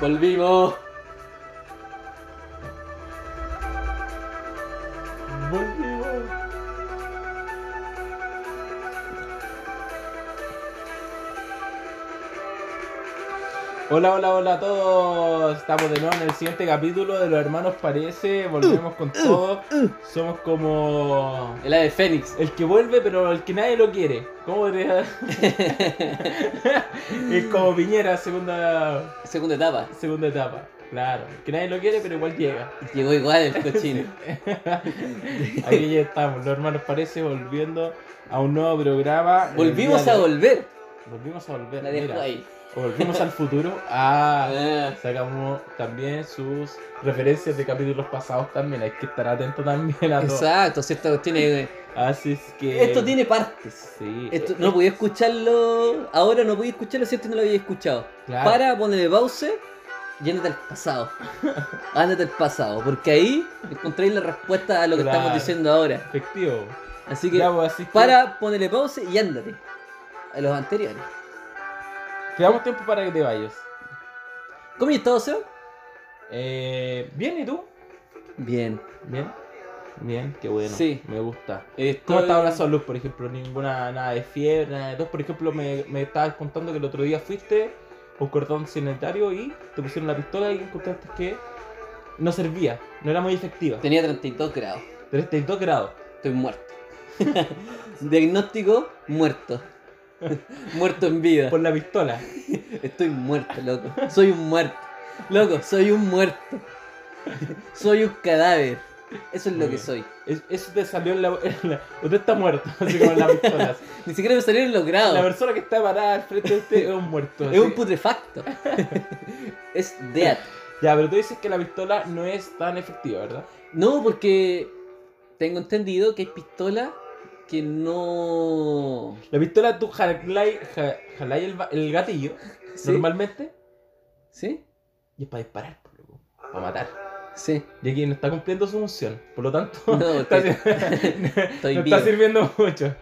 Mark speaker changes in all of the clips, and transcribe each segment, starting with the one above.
Speaker 1: Volvimos.
Speaker 2: Volvimos.
Speaker 1: Hola, hola, hola a todos. Estamos de nuevo en el siguiente capítulo de Los Hermanos Parece. Volvemos con
Speaker 2: Uh,
Speaker 1: todo. Somos como
Speaker 2: El ave Fénix.
Speaker 1: el que vuelve, pero el que nadie lo quiere. ¿Cómo podría- es como Piñera, segunda,
Speaker 2: Segunda etapa.
Speaker 1: segunda etapa. Claro, el que nadie lo quiere, pero igual llega.
Speaker 2: Llegó igual el cochino.
Speaker 1: Aquí ya estamos, los hermanos parece volviendo a un nuevo programa.
Speaker 2: Volvimos
Speaker 1: El día
Speaker 2: a
Speaker 1: de-
Speaker 2: volver.
Speaker 1: Volvimos a volver.
Speaker 2: La dejó
Speaker 1: mira.
Speaker 2: ahí.
Speaker 1: Volvimos al futuro. Ah,
Speaker 2: Ah,
Speaker 1: sacamos también sus referencias de capítulos pasados también. Hay que estar atento también a todo.
Speaker 2: exacto, si esta cuestión es-
Speaker 1: Así es que.
Speaker 2: Esto tiene partes.
Speaker 1: Sí.
Speaker 2: Esto,
Speaker 1: eh,
Speaker 2: no podía escucharlo. Ahora no podía escucharlo si antes no lo había escuchado.
Speaker 1: Claro.
Speaker 2: Para, ponle pause y ándate al pasado. Ándate al pasado. Porque ahí encontráis la respuesta a lo que
Speaker 1: Claro.
Speaker 2: estamos diciendo ahora.
Speaker 1: Efectivo.
Speaker 2: Así que
Speaker 1: Ya, pues, así es que
Speaker 2: para, ponele pause y ándate. A los anteriores.
Speaker 1: Te damos tiempo para que te vayas.
Speaker 2: ¿Cómo has estado, Seba?
Speaker 1: Eh, Bien, ¿y tú?
Speaker 2: Bien.
Speaker 1: Bien. Bien, qué bueno.
Speaker 2: Sí.
Speaker 1: Me gusta. ¿Cómo
Speaker 2: Estoy-
Speaker 1: estaba la salud, por ejemplo? Ninguna, nada de fiebre, nada de tos. Por ejemplo, me, me estabas contando que el otro día fuiste a un cordón sanitario y te pusieron la pistola y encontraste que no servía, no era muy efectiva.
Speaker 2: Tenía 32 grados.
Speaker 1: 32 grados.
Speaker 2: Estoy muerto. Diagnóstico, muerto. muerto en vida.
Speaker 1: Por la pistola.
Speaker 2: Estoy muerto, loco. Soy un muerto. Loco, soy un muerto. soy un cadáver. Eso es
Speaker 1: Muy
Speaker 2: lo que
Speaker 1: bien.
Speaker 2: soy.
Speaker 1: Es- eso te salió en la, en la- Usted está muerto, así como en la pistola. así.
Speaker 2: Ni siquiera me salieron los
Speaker 1: La
Speaker 2: grados.
Speaker 1: persona que está parada al frente de usted es un muerto. así.
Speaker 2: Es un putrefacto. es dead.
Speaker 1: Ya, pero tú dices que la pistola no es tan efectiva, ¿verdad?
Speaker 2: No, porque tengo entendido que hay pistolas que no...
Speaker 1: La pistola tú jalai, ja- jalai el, ba- el gatillo
Speaker 2: ¿Sí?
Speaker 1: normalmente
Speaker 2: ¿Sí?
Speaker 1: y es para disparar, por loco, para matar.
Speaker 2: Sí.
Speaker 1: Y aquí no está cumpliendo su función, por lo tanto,
Speaker 2: No,
Speaker 1: está,
Speaker 2: estoy, estoy
Speaker 1: no
Speaker 2: vivo.
Speaker 1: está sirviendo mucho.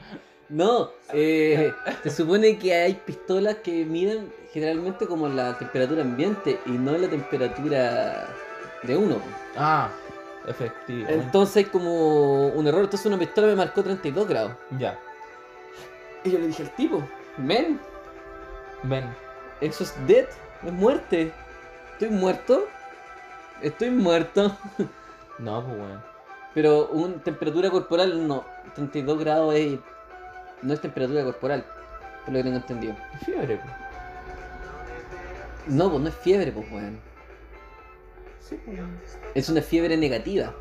Speaker 2: No, eh, se supone que hay pistolas que miden generalmente como la temperatura ambiente y no la temperatura de uno. po.
Speaker 1: Ah, efectivo.
Speaker 2: Entonces como un error, entonces una pistola me marcó 32 grados.
Speaker 1: Ya,
Speaker 2: Y yo le dije al tipo, men,
Speaker 1: ven.
Speaker 2: eso es dead, es muerte. Estoy muerto, estoy muerto.
Speaker 1: No, pues bueno.
Speaker 2: Pero una temperatura corporal no, 32 grados es, no es temperatura corporal, por lo que tengo entendido.
Speaker 1: Fiebre, pues.
Speaker 2: No, pues no es fiebre, pues weón.
Speaker 1: Sí, pues.
Speaker 2: Es una fiebre negativa,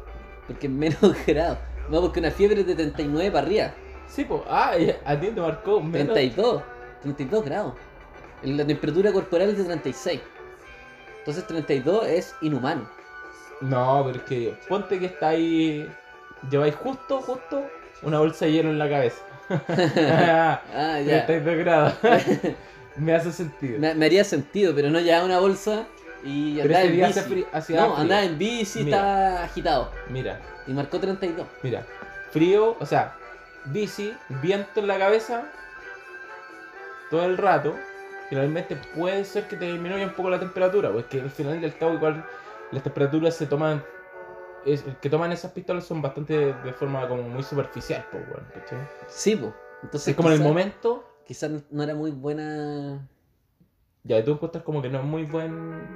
Speaker 2: porque es menos grado. No, porque una fiebre es de 39 para arriba.
Speaker 1: Sí, pues. Ah, y a ti te marcó menos.
Speaker 2: 32, 32 grados. La temperatura corporal es de 36. Entonces 32 es inhumano.
Speaker 1: No, pero es que ponte que está ahí. Lleváis justo, justo una bolsa de hielo en la cabeza. Ah,
Speaker 2: Ah, ya.
Speaker 1: 32 grados. Me hace sentido.
Speaker 2: me, me haría sentido, pero no llevaba una bolsa y
Speaker 1: Pero
Speaker 2: andaba
Speaker 1: ese
Speaker 2: en
Speaker 1: día
Speaker 2: bici.
Speaker 1: hacía frío. hacía
Speaker 2: No,
Speaker 1: frío.
Speaker 2: andaba en bici,
Speaker 1: Mira.
Speaker 2: estaba agitado.
Speaker 1: Mira,
Speaker 2: Y marcó 32.
Speaker 1: mira. Frío, o sea, bici, viento en la cabeza todo el rato. Finalmente puede ser que te disminuya un poco la temperatura, porque al final del cabo igual las temperaturas se toman... es- que toman esas pistolas son bastante de, de forma como muy superficial, pues, weón, ¿cachai?
Speaker 2: Sí, pues. Entonces
Speaker 1: Es como en el
Speaker 2: quizá-
Speaker 1: momento,
Speaker 2: Quizás no era muy buena
Speaker 1: ya y tú encuentras como que no es muy buen...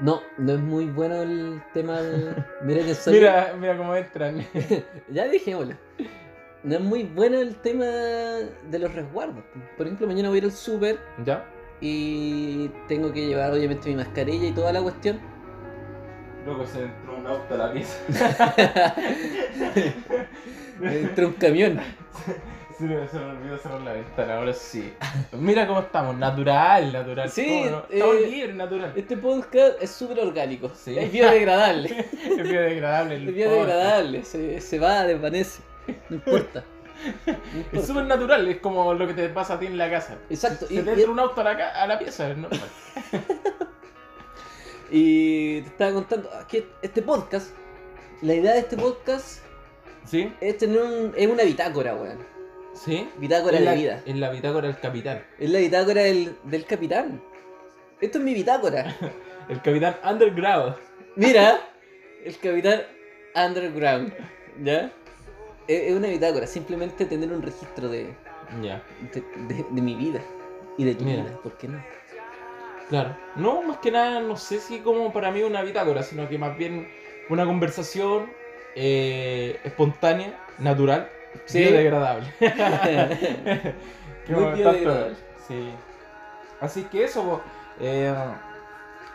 Speaker 2: No, no es muy bueno el tema de. Mira que soy.
Speaker 1: Mira, mira cómo entran.
Speaker 2: Ya dije, hola. No es muy bueno el tema de los resguardos. Por ejemplo, mañana voy a ir al súper
Speaker 1: ¿Ya?
Speaker 2: y tengo que llevar obviamente mi mascarilla y toda la cuestión.
Speaker 1: Loco, se entró un auto a la pieza.
Speaker 2: Entre un camión.
Speaker 1: Se me, se me olvidó cerrar la ventana, ahora sí. Mira cómo estamos, natural, natural.
Speaker 2: Sí,
Speaker 1: ¿cómo no? estamos
Speaker 2: eh,
Speaker 1: libres, natural.
Speaker 2: Este podcast es súper orgánico.
Speaker 1: Sí.
Speaker 2: Es biodegradable.
Speaker 1: Es biodegradable. el
Speaker 2: Es biodegradable. Se, se va, desvanece. No importa. No
Speaker 1: podcast. Es
Speaker 2: importa.
Speaker 1: súper natural, es como lo que te pasa a ti en la casa.
Speaker 2: Exacto.
Speaker 1: Se
Speaker 2: Y,
Speaker 1: te
Speaker 2: y-
Speaker 1: entra un auto a la, ca- a la pieza, es normal.
Speaker 2: Y te estaba contando que este podcast, la idea de este podcast
Speaker 1: ¿Sí?
Speaker 2: es tener un, es una bitácora, weón.
Speaker 1: ¿Sí?
Speaker 2: Bitácora
Speaker 1: en
Speaker 2: de
Speaker 1: la,
Speaker 2: vida.
Speaker 1: En la bitácora del capitán.
Speaker 2: Es la bitácora del, del capitán. Esto es mi bitácora.
Speaker 1: El capitán underground.
Speaker 2: Mira, el capitán underground. ¿Ya? Es es una bitácora, simplemente tener un registro de,
Speaker 1: Ya,
Speaker 2: de, de- de mi vida y de tu
Speaker 1: Mira.
Speaker 2: vida, ¿por qué no?
Speaker 1: claro. No, más que nada, no sé si como para mí una bitácora, sino que más bien una conversación eh, espontánea, natural,
Speaker 2: Sí.
Speaker 1: biodegradable.
Speaker 2: Muy
Speaker 1: Muy
Speaker 2: biodegradable.
Speaker 1: Sí. Así que eso, po. Eh,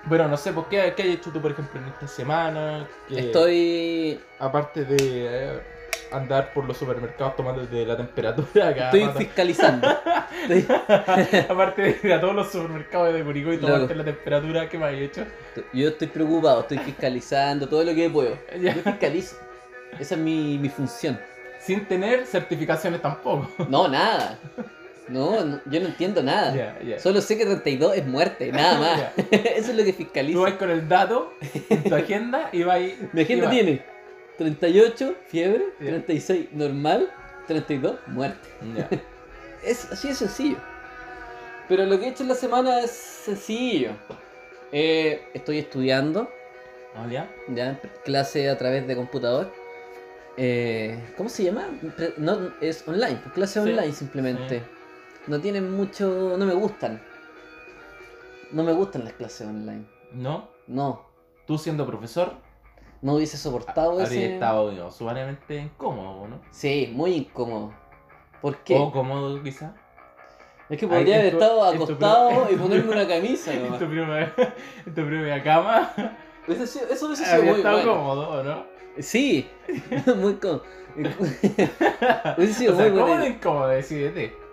Speaker 1: bueno, no sé, ¿por qué, qué has hecho tú, por ejemplo, en esta semana? Que-
Speaker 2: Estoy,
Speaker 1: Aparte de eh, andar por los supermercados tomando de la temperatura acá.
Speaker 2: estoy fiscalizando. Estoy-
Speaker 1: Aparte de ir a todos los supermercados de Curicó y
Speaker 2: Loco.
Speaker 1: tomarte la temperatura, ¿qué más has hecho?
Speaker 2: yo estoy preocupado, estoy fiscalizando todo lo que puedo. Yo
Speaker 1: Ya.
Speaker 2: fiscalizo. Esa es mi, mi función.
Speaker 1: Sin tener certificaciones tampoco.
Speaker 2: No, nada. No, no, yo no entiendo nada.
Speaker 1: Ya, ya.
Speaker 2: Solo sé que 32 es muerte, nada más.
Speaker 1: Ya.
Speaker 2: Eso es lo que
Speaker 1: Tú
Speaker 2: fiscalizo.
Speaker 1: vas con el dato, en tu agenda y vas.
Speaker 2: Mi agenda
Speaker 1: y vas.
Speaker 2: tiene 38, fiebre,
Speaker 1: Ya.
Speaker 2: 36, normal, 32, muerte.
Speaker 1: Ya.
Speaker 2: Es así de sencillo. Pero lo que he hecho en la semana es sencillo. Eh, estoy estudiando,
Speaker 1: Ah, ya.
Speaker 2: ya, clase a través de computador. Eh, ¿Cómo se llama? Pre- No, es online, pues, clase
Speaker 1: Sí,
Speaker 2: online simplemente.
Speaker 1: sí.
Speaker 2: No tienen mucho, no me gustan. No me gustan las clases online.
Speaker 1: ¿No?
Speaker 2: No,
Speaker 1: Tú siendo profesor,
Speaker 2: no hubiese soportado
Speaker 1: habrías
Speaker 2: ese.
Speaker 1: Ah, estado no, sumamente incómodo, ¿no?
Speaker 2: Sí, muy incómodo. ¿Por qué?
Speaker 1: O cómodo, quizá.
Speaker 2: Es que
Speaker 1: Ahí
Speaker 2: podría haber
Speaker 1: en tu-
Speaker 2: estado
Speaker 1: en tu pro-
Speaker 2: acostado
Speaker 1: en
Speaker 2: y
Speaker 1: tu
Speaker 2: ponerme
Speaker 1: pro-
Speaker 2: una camisa
Speaker 1: En
Speaker 2: nomás.
Speaker 1: tu primera, en tu primera cama.
Speaker 2: Hubiese sido- Eso hubiese sido
Speaker 1: Habría
Speaker 2: muy
Speaker 1: estado
Speaker 2: bueno.
Speaker 1: cómodo, ¿o ¿no?
Speaker 2: Sí, muy cómodo. hubiese sido
Speaker 1: O sea,
Speaker 2: muy bueno.
Speaker 1: cómodo e incómodo, decidete.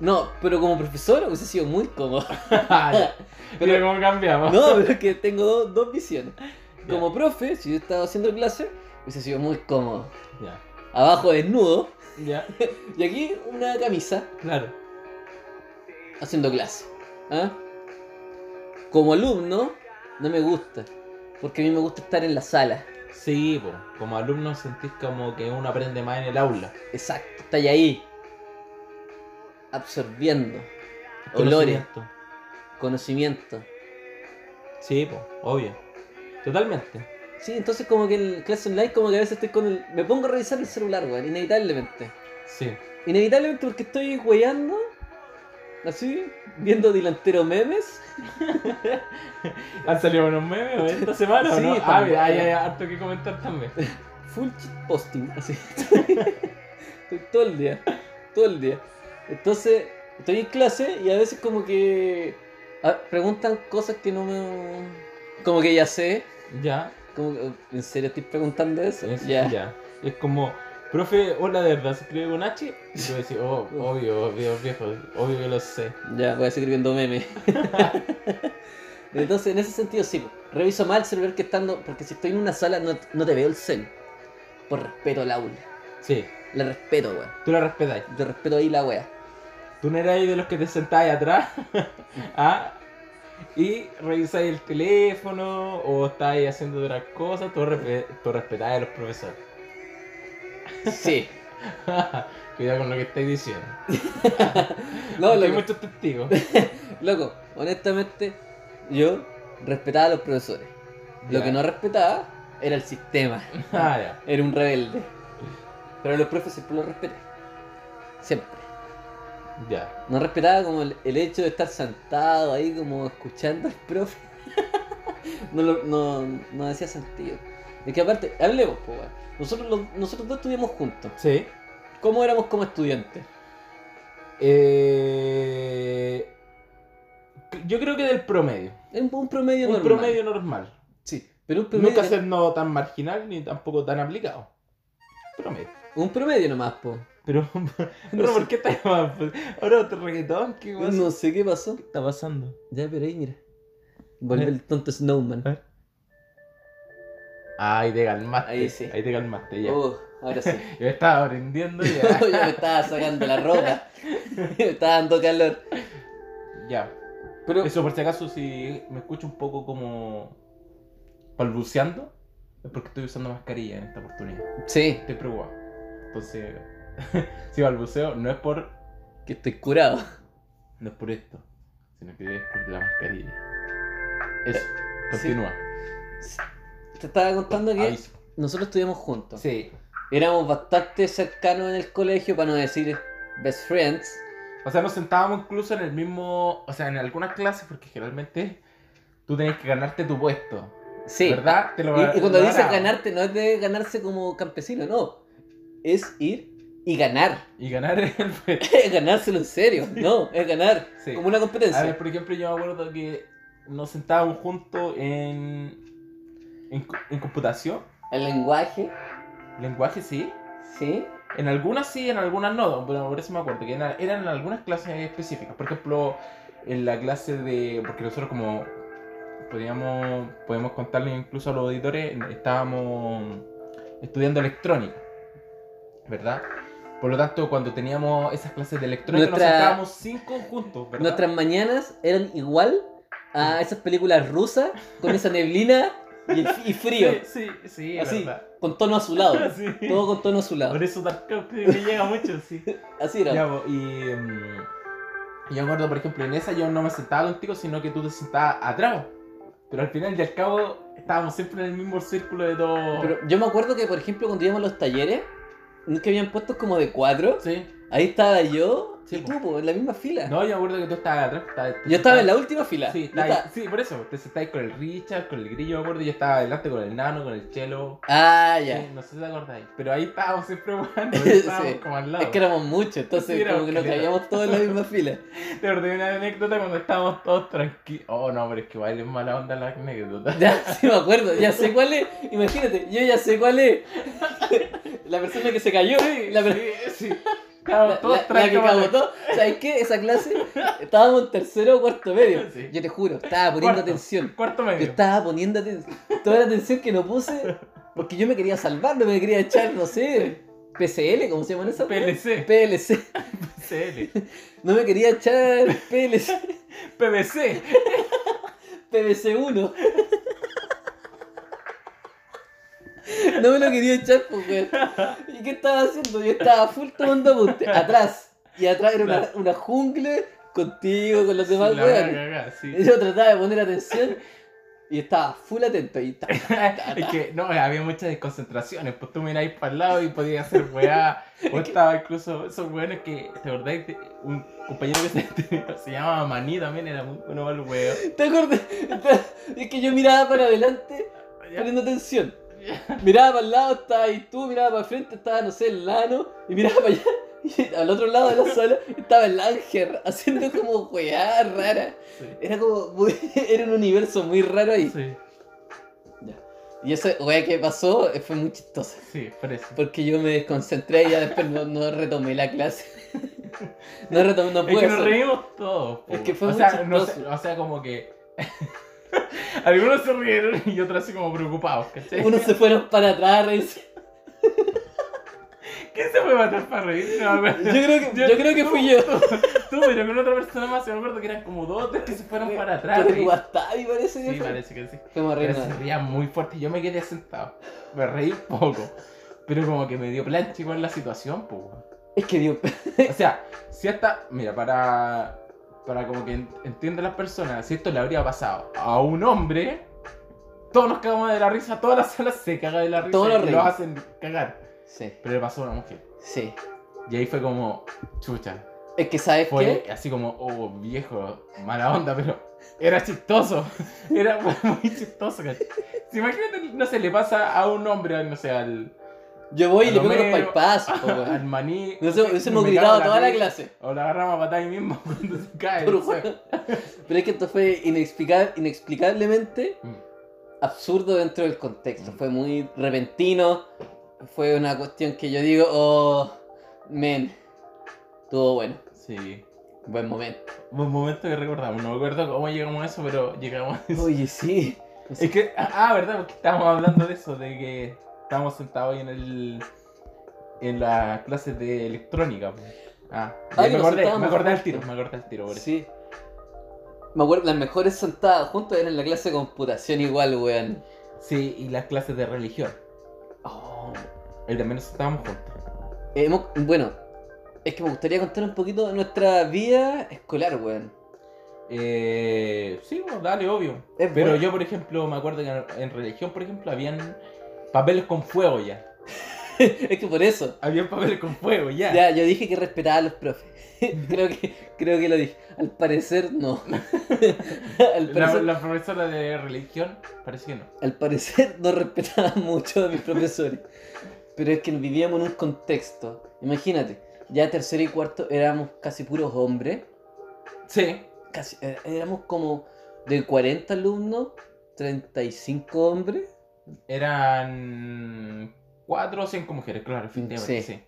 Speaker 2: No, pero como profesor hubiese sido muy cómodo.
Speaker 1: Mira
Speaker 2: Pero-
Speaker 1: cómo cambiamos.
Speaker 2: No, pero es que tengo dos, dos visiones.
Speaker 1: Ya,
Speaker 2: Como profe, si yo estaba haciendo clase, hubiese sido muy cómodo.
Speaker 1: Ya,
Speaker 2: Abajo desnudo
Speaker 1: ya,
Speaker 2: y aquí una camisa
Speaker 1: claro.
Speaker 2: haciendo clase. ¿Ah? Como alumno, no me gusta. Porque a mí me gusta estar en la sala.
Speaker 1: Sí, po, como alumno sentís como que uno aprende más en el aula.
Speaker 2: Exacto, está ahí. Absorbiendo olores,
Speaker 1: Conocimiento.
Speaker 2: conocimiento.
Speaker 1: Sí, po, obvio. Totalmente.
Speaker 2: Sí, entonces como que en clase online como que a veces estoy con el... Me pongo a revisar el celular, weón, inevitablemente.
Speaker 1: Sí.
Speaker 2: Inevitablemente porque estoy weyando, así, viendo delantero memes.
Speaker 1: ¿Han salido unos memes o esta semana o
Speaker 2: Sí,
Speaker 1: no? Ah,
Speaker 2: también.
Speaker 1: mira, hay, hay harto que comentar también.
Speaker 2: Full shit posting, así. estoy todo el día, todo el día. Entonces, estoy en clase y a veces como que... ah, preguntan cosas que no me... Como que ya sé.
Speaker 1: Ya,
Speaker 2: ¿Cómo que- ¿En serio estoy preguntando eso?
Speaker 1: es-
Speaker 2: ya.
Speaker 1: ya. Es como, profe, hola de verdad, ¿se escribe con H? Y tú decís, oh, obvio, obvio, viejo, obvio que lo sé.
Speaker 2: Ya, voy a seguir viendo memes. Entonces, en ese sentido, sí. Reviso mal el celular que estando. Porque si estoy en una sala, no, no te veo el cel. Por respeto al aula.
Speaker 1: Sí,
Speaker 2: Le respeto, weón.
Speaker 1: tú lo respetáis.
Speaker 2: Yo respeto ahí la wea.
Speaker 1: Tú no eras de los que te sentáis atrás ¿ah? y revisáis el teléfono o estáis haciendo otras cosas, tú, respe- tú respetáis a los profesores.
Speaker 2: Sí.
Speaker 1: Cuidado con lo que estáis diciendo.
Speaker 2: No,
Speaker 1: Porque hay
Speaker 2: loco,
Speaker 1: muchos testigos.
Speaker 2: loco, honestamente, yo respetaba a los profesores. Lo
Speaker 1: Ya.
Speaker 2: que no respetaba era el sistema.
Speaker 1: Ah, ya.
Speaker 2: Era un rebelde. Pero a los profes siempre los respeté. Siempre.
Speaker 1: Ya.
Speaker 2: No respetaba como el, el hecho de estar sentado ahí como escuchando al profe. no, lo- no, no hacía sentido. Es que aparte, hablemos, pues, weón. Nosotros, los- nosotros dos estudiamos juntos.
Speaker 1: Sí.
Speaker 2: ¿Cómo éramos como estudiantes?
Speaker 1: Eh, Yo creo que del promedio.
Speaker 2: En un promedio
Speaker 1: Un
Speaker 2: normal.
Speaker 1: promedio normal.
Speaker 2: Sí, pero un promedio,
Speaker 1: Nunca ser no tan marginal ni tampoco tan aplicado. Promedio.
Speaker 2: un promedio nomás, po.
Speaker 1: Pero, pero
Speaker 2: sé.
Speaker 1: ¿por qué estás llamando? Pues, Ahora otro reggaetón, ¿qué pasa?
Speaker 2: No sé qué pasó.
Speaker 1: ¿Qué está pasando?
Speaker 2: Ya, pero ahí, mira. Volvió
Speaker 1: Eh.
Speaker 2: el tonto Snowman.
Speaker 1: Ah. Ahí te calmaste.
Speaker 2: Ahí sí.
Speaker 1: Ahí te calmaste ya.
Speaker 2: Oh, ahora sí.
Speaker 1: Yo estaba aprendiendo ya.
Speaker 2: Yo me estaba sacando la ropa. me estaba dando calor.
Speaker 1: ya.
Speaker 2: Pero
Speaker 1: Eso por si acaso, si me escucho un poco como balbuceando, es porque estoy usando mascarilla en esta oportunidad.
Speaker 2: sí,
Speaker 1: Estoy preocupado. Entonces, si balbuceo, no es por,
Speaker 2: que estoy curado.
Speaker 1: no es por esto, sino que es por la mascarilla. Eso, continúa.
Speaker 2: Te estaba contando que
Speaker 1: Aviso.
Speaker 2: nosotros estudiamos juntos.
Speaker 1: Sí.
Speaker 2: Éramos bastante cercanos en el colegio, para no decir best friends.
Speaker 1: O sea, nos sentábamos incluso en el mismo. O sea, en algunas clases, porque generalmente tú tenés que ganarte tu puesto.
Speaker 2: Sí.
Speaker 1: ¿Verdad? Te lo-
Speaker 2: Y, y cuando
Speaker 1: lo
Speaker 2: dices
Speaker 1: ganaban.
Speaker 2: ganarte, no es de ganarse como campesino, no. Es ir y ganar.
Speaker 1: Y ganar el puesto.
Speaker 2: Es ganárselo en serio. No, es ganar.
Speaker 1: Sí.
Speaker 2: Como una
Speaker 1: A
Speaker 2: competencia.
Speaker 1: ver, por ejemplo, yo me acuerdo que nos sentábamos juntos en. En, co- en computación,
Speaker 2: El lenguaje,
Speaker 1: lenguaje sí.
Speaker 2: sí.
Speaker 1: En algunas sí, en algunas no. Bueno, por eso me acuerdo que era- eran en algunas clases específicas. Por ejemplo, en la clase de. Porque nosotros, como. Podíamos, podemos contarle incluso a los auditores, estábamos estudiando electrónica, ¿verdad? Por lo tanto, cuando teníamos esas clases de electrónica,
Speaker 2: Nuestra-
Speaker 1: nos sentábamos cinco juntos, ¿verdad?
Speaker 2: Nuestras mañanas eran igual a esas películas rusas con esa neblina y, y frío.
Speaker 1: Sí, sí, sí, es
Speaker 2: así,
Speaker 1: verdad.
Speaker 2: con tono azulado.
Speaker 1: Sí.
Speaker 2: Todo con tono azulado.
Speaker 1: Por eso Tarkov me llega mucho, sí.
Speaker 2: Así era.
Speaker 1: Ya, po, y mm, yo me acuerdo, por ejemplo, en esa yo no me sentaba contigo, sino que tú te sentabas atrás. Pero al final y al cabo estábamos siempre en el mismo círculo de todo.
Speaker 2: Pero yo me acuerdo que, por ejemplo, cuando íbamos a los talleres, nunca habían puestos como de cuatro.
Speaker 1: Sí.
Speaker 2: Ahí estaba yo
Speaker 1: Sí,
Speaker 2: y
Speaker 1: po.
Speaker 2: tú, po, en la misma fila.
Speaker 1: No, yo me acuerdo que tú estabas atrás. pues, estabas- te
Speaker 2: yo estaba en
Speaker 1: sentabas-
Speaker 2: la última fila.
Speaker 1: Sí,
Speaker 2: Yo
Speaker 1: estabas-
Speaker 2: estaba-
Speaker 1: sí, por eso. Te sentabas con el Richard, con el grillo, me acuerdo. y Yo estaba adelante con el nano, con el chelo.
Speaker 2: Ah, ya.
Speaker 1: Sí, no sé si te acordáis. Pero ahí estábamos siempre jugando. Estábamos
Speaker 2: Sí.
Speaker 1: como al lado.
Speaker 2: Es que éramos muchos, entonces
Speaker 1: Sí, éramos
Speaker 2: como que nos
Speaker 1: caleta.
Speaker 2: caíamos todos en la misma fila.
Speaker 1: Te acordé una anécdota cuando estábamos todos tranquilos. Oh, no, pero es que igual es mala onda la anécdota.
Speaker 2: Ya, sí me acuerdo, ya sé cuál es. Imagínate, yo ya sé cuál es. La persona que se cayó. la, per-
Speaker 1: Sí, sí.
Speaker 2: la-
Speaker 1: Estábamos todos
Speaker 2: la- la que
Speaker 1: tranquilos.
Speaker 2: cabotó. ¿Sabes qué? Esa clase estábamos en tercero o cuarto medio.
Speaker 1: Sí.
Speaker 2: Yo te juro, estaba poniendo
Speaker 1: Cuarto.
Speaker 2: atención.
Speaker 1: Cuarto
Speaker 2: Yo
Speaker 1: medio.
Speaker 2: estaba poniendo atención. Toda la atención que no puse porque yo me quería salvar, no me quería echar, no sé, PCL, ¿cómo se llaman esas?
Speaker 1: PLC,
Speaker 2: PLC.
Speaker 1: PCL,
Speaker 2: No me quería echar PLC.
Speaker 1: PVC.
Speaker 2: PBC1. No me lo quería echar, pues, weón. ¿Y qué estaba haciendo? Yo estaba full tomando apunte. Atrás. Y atrás era una, una jungla contigo, con los
Speaker 1: Sí, la
Speaker 2: demás,
Speaker 1: voy a
Speaker 2: weón.
Speaker 1: cagar, sí.
Speaker 2: Yo trataba de poner atención y estaba full atento. Y ta, ta, ta,
Speaker 1: Es
Speaker 2: ta.
Speaker 1: que no, había muchas desconcentraciones, pues tú miráis para el lado y podías hacer weá. O estaba incluso esos weones que, ¿te acordás? de Un compañero que se, se llamaba Maní también era muy bueno para el weón.
Speaker 2: ¿Te acuerdas? Es que yo miraba para adelante poniendo atención. Miraba para el lado, estaba ahí tú, miraba para el frente, estaba, no sé, el lano, y miraba para allá, y al otro lado de la sala estaba el ángel haciendo como weá rara.
Speaker 1: Sí.
Speaker 2: Era como, muy- era un universo muy raro ahí.
Speaker 1: Sí,
Speaker 2: Y esa weá que pasó eh, fue muy chistosa,
Speaker 1: sí, por eso.
Speaker 2: porque yo me desconcentré y ya después no, no retomé la clase. No retomé, no
Speaker 1: Es
Speaker 2: pude.
Speaker 1: que nos
Speaker 2: hacer-
Speaker 1: reímos todos. po.
Speaker 2: Es que fue
Speaker 1: o
Speaker 2: muy
Speaker 1: sea, no
Speaker 2: chistoso.
Speaker 1: sé, o sea, como que. Algunos se rieron y otros así como preocupados, ¿cachai?
Speaker 2: Unos se fueron para atrás a reírse.
Speaker 1: ¿Quién se fue a matar para reír? No, me acuerdo.
Speaker 2: Yo creo que, yo creo que
Speaker 1: tú,
Speaker 2: fui yo.
Speaker 1: Tú, tú, pero con otra persona más, yo me acuerdo que eran como dos o tres que se fueron para atrás.
Speaker 2: Con el
Speaker 1: ¿sí?
Speaker 2: Guatavi parece que
Speaker 1: Sí,
Speaker 2: fue.
Speaker 1: parece que sí.
Speaker 2: Fuimos a
Speaker 1: Pero
Speaker 2: reírnos.
Speaker 1: se reía muy fuerte. Yo me quedé sentado. Me reí poco. Pero como que me dio plancha igual la situación, pues. weón.
Speaker 2: Es que dio
Speaker 1: O sea, si hasta. Mira, para. Para como que en- entienda las personas, si esto le habría pasado a un hombre, todos nos cagamos de la risa, toda la sala se caga de la risa
Speaker 2: Todos nos
Speaker 1: y lo
Speaker 2: reímos.
Speaker 1: hacen cagar.
Speaker 2: Sí,
Speaker 1: Pero le pasó a una mujer.
Speaker 2: sí.
Speaker 1: Y ahí fue como, chucha.
Speaker 2: Es que sabes
Speaker 1: Fue
Speaker 2: qué?
Speaker 1: así como, oh viejo, mala onda, pero era chistoso. Era muy chistoso, ¿cachai? Si imagínate, no sé, le pasa a un hombre, no sé, al,
Speaker 2: Yo voy y
Speaker 1: a
Speaker 2: le
Speaker 1: lo
Speaker 2: pego los
Speaker 1: menos-
Speaker 2: bypass, po,
Speaker 1: al
Speaker 2: weón.
Speaker 1: maní.
Speaker 2: Nos hemos- nos hemos
Speaker 1: me
Speaker 2: gritado
Speaker 1: cago en
Speaker 2: toda la
Speaker 1: risa,
Speaker 2: clase.
Speaker 1: O la agarramos a patada ahí mismo cuando se cae.
Speaker 2: Pero,
Speaker 1: no sé.
Speaker 2: weón, pero es que esto fue inexplica- inexplicablemente
Speaker 1: Mm.
Speaker 2: absurdo dentro del contexto.
Speaker 1: Mm.
Speaker 2: Fue muy repentino. Fue una cuestión que yo digo, oh, men, estuvo bueno.
Speaker 1: Sí.
Speaker 2: Buen momento.
Speaker 1: Un momento que recordamos. No me acuerdo cómo llegamos a eso, pero llegamos a eso.
Speaker 2: Oye, sí.
Speaker 1: Es que, ah, verdad, porque estábamos hablando de eso, de que estábamos sentados ahí en el. en la clase de electrónica. pues. Ah,
Speaker 2: Ah,
Speaker 1: ya
Speaker 2: que
Speaker 1: me
Speaker 2: nos
Speaker 1: acordé, me
Speaker 2: sentábamos
Speaker 1: acordé al
Speaker 2: juntos.
Speaker 1: tiro, me acordé al tiro, por eso.
Speaker 2: Sí. Me acuerdo, las mejores sentadas juntos eran en la clase de computación igual, weón.
Speaker 1: Sí, y las clases de religión.
Speaker 2: Oh,
Speaker 1: Ahí también nos sentábamos juntos.
Speaker 2: Hemos- bueno, es que me gustaría contar un poquito de nuestra vida escolar, weón.
Speaker 1: Eh, sí, bueno, dale, obvio.
Speaker 2: Es
Speaker 1: Pero
Speaker 2: bueno.
Speaker 1: yo, por ejemplo, me acuerdo que en, en religión, por ejemplo, habían papeles con fuego ya.
Speaker 2: es que por eso.
Speaker 1: Habían papeles con fuego ya.
Speaker 2: Ya, yo dije que respetaba a los profes. creo, que, creo que lo dije. Al parecer, no. al,
Speaker 1: La,
Speaker 2: parecer,
Speaker 1: la profesora de religión parece que no.
Speaker 2: al parecer, no respetaba mucho a mis profesores. Pero es que vivíamos en un contexto. Imagínate, ya tercero y cuarto éramos casi puros hombres.
Speaker 1: Sí,
Speaker 2: Casi, eh, éramos como de 40 alumnos, 35 hombres.
Speaker 1: eran cuatro o cinco mujeres, claro, efectivamente. Sí.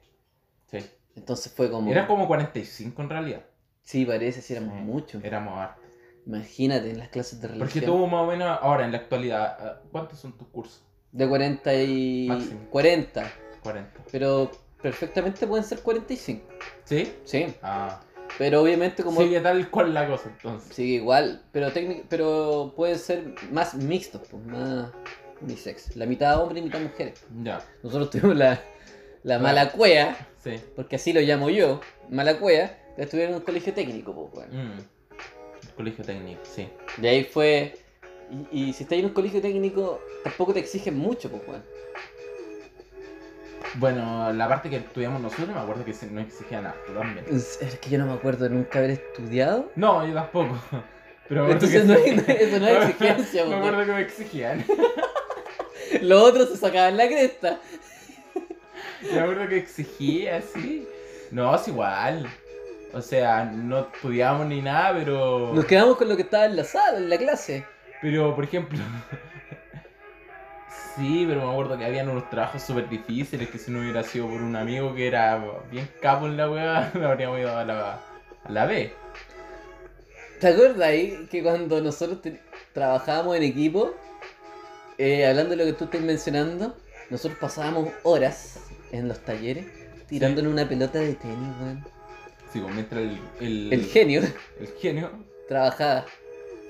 Speaker 2: Sí.
Speaker 1: sí.
Speaker 2: Entonces fue como...
Speaker 1: Eran como 45 en realidad.
Speaker 2: Sí, parece, sí, éramos
Speaker 1: Sí,
Speaker 2: muchos.
Speaker 1: Éramos hartos.
Speaker 2: Imagínate en las clases de religión.
Speaker 1: Porque tú más o menos, ahora en la actualidad, ah, ¿cuántos son tus cursos?
Speaker 2: De 40 y...
Speaker 1: Máximo.
Speaker 2: 40.
Speaker 1: 40.
Speaker 2: Pero perfectamente pueden ser 45.
Speaker 1: ¿Sí?
Speaker 2: Sí.
Speaker 1: Ah.
Speaker 2: Pero obviamente como...
Speaker 1: Sigue tal cual la cosa entonces.
Speaker 2: Sigue igual. Pero técnic- pero pueden ser más mixtos, pues más unisex. La mitad hombre y mitad mujeres.
Speaker 1: Ya,
Speaker 2: Nosotros tuvimos la, la mala cuea,
Speaker 1: sí.
Speaker 2: porque así lo llamo yo, mala cuea, de estudiar en un colegio técnico, pues bueno.
Speaker 1: Mm. El colegio técnico, sí.
Speaker 2: De ahí fue. Y, y si estás en un colegio técnico, tampoco te exigen mucho, pues, weón.
Speaker 1: Bueno, la parte que estudiamos nosotros me acuerdo que se- no exigían harto también.
Speaker 2: Es que yo no me acuerdo de nunca haber estudiado.
Speaker 1: No, yo tampoco. Pero me acuerdo
Speaker 2: Entonces,
Speaker 1: que
Speaker 2: no,
Speaker 1: sí.
Speaker 2: es- eso no es exigencia,
Speaker 1: Me
Speaker 2: pues,
Speaker 1: acuerdo que me exigían.
Speaker 2: weón. Los otros se sacaban la cresta.
Speaker 1: Me acuerdo que exigía, sí. No, es igual. O sea, no estudiábamos ni nada, pero.
Speaker 2: Nos quedamos con lo que estaba en la sala, en la clase.
Speaker 1: Pero, por ejemplo. Sí, pero me acuerdo que habían unos trabajos súper difíciles que si no hubiera sido por un amigo que era bien capo en la weá, me habríamos ido a la, a la B.
Speaker 2: ¿Te acuerdas ahí que cuando nosotros te- trabajábamos en equipo, eh, hablando de lo que tú estás mencionando, nosotros pasábamos horas en los talleres tirándole una pelota de tenis, weón.
Speaker 1: Sí, pues, mientras el, el,
Speaker 2: El genio
Speaker 1: el genio
Speaker 2: trabajaba.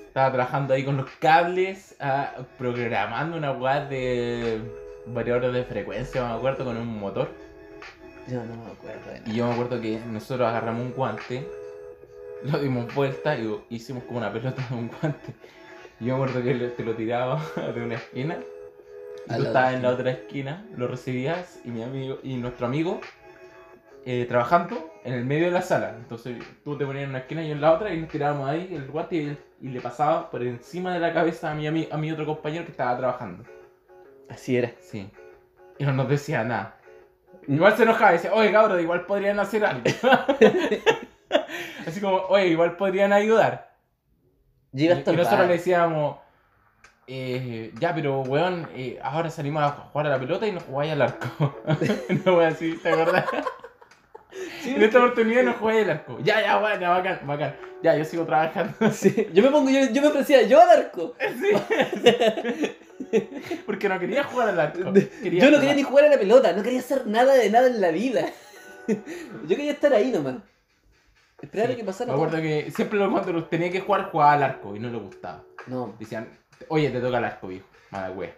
Speaker 1: estaba trabajando ahí con los cables, ah, programando una weá de variadores de frecuencia, me acuerdo, con un motor.
Speaker 2: Yo no me acuerdo de nada.
Speaker 1: Y yo me acuerdo que nosotros agarramos un guante, lo dimos vuelta y hicimos como una pelota de un guante. Y yo me acuerdo que lo- te lo tiraba de una esquina. Y
Speaker 2: A
Speaker 1: tú
Speaker 2: la
Speaker 1: estabas en
Speaker 2: esquina.
Speaker 1: la otra esquina, lo recibías y mi amigo y nuestro amigo eh, trabajando en el medio de la sala. Entonces tú te ponías en una esquina y yo en la otra y nos tirábamos ahí el guante y, y le pasaba por encima de la cabeza a mi, ami- a mi otro compañero que estaba trabajando.
Speaker 2: Así era.
Speaker 1: Sí. Y no nos decía nada. Igual se enojaba y decía, oye cabrón, igual podrían hacer algo. Así como, oye, igual podrían ayudar. Y,
Speaker 2: Llega hasta
Speaker 1: y nosotros le decíamos, "Eh, ya, pero weón, eh, ahora salimos a jugar a la pelota y nos jugáis al arco. no voy así, ¿te acordás? en esta oportunidad nos jugáis al arco. Ya, ya, bueno, bacán, bacán. Ya, yo sigo trabajando.
Speaker 2: Sí, Yo me pongo, yo, yo me ofrecía yo al arco.
Speaker 1: Porque no quería jugar al arco. Quería
Speaker 2: Yo no
Speaker 1: jugar.
Speaker 2: quería ni jugar a la pelota, no quería hacer nada de nada en la vida. Yo quería estar ahí nomás. Esperar a
Speaker 1: Sí,
Speaker 2: que pasara.
Speaker 1: Me acuerdo que siempre lo- cuando los tenía que jugar, jugaba al arco y no le gustaba.
Speaker 2: todo. No,
Speaker 1: Decían, oye, te toca el arco, viejo. Mala wea.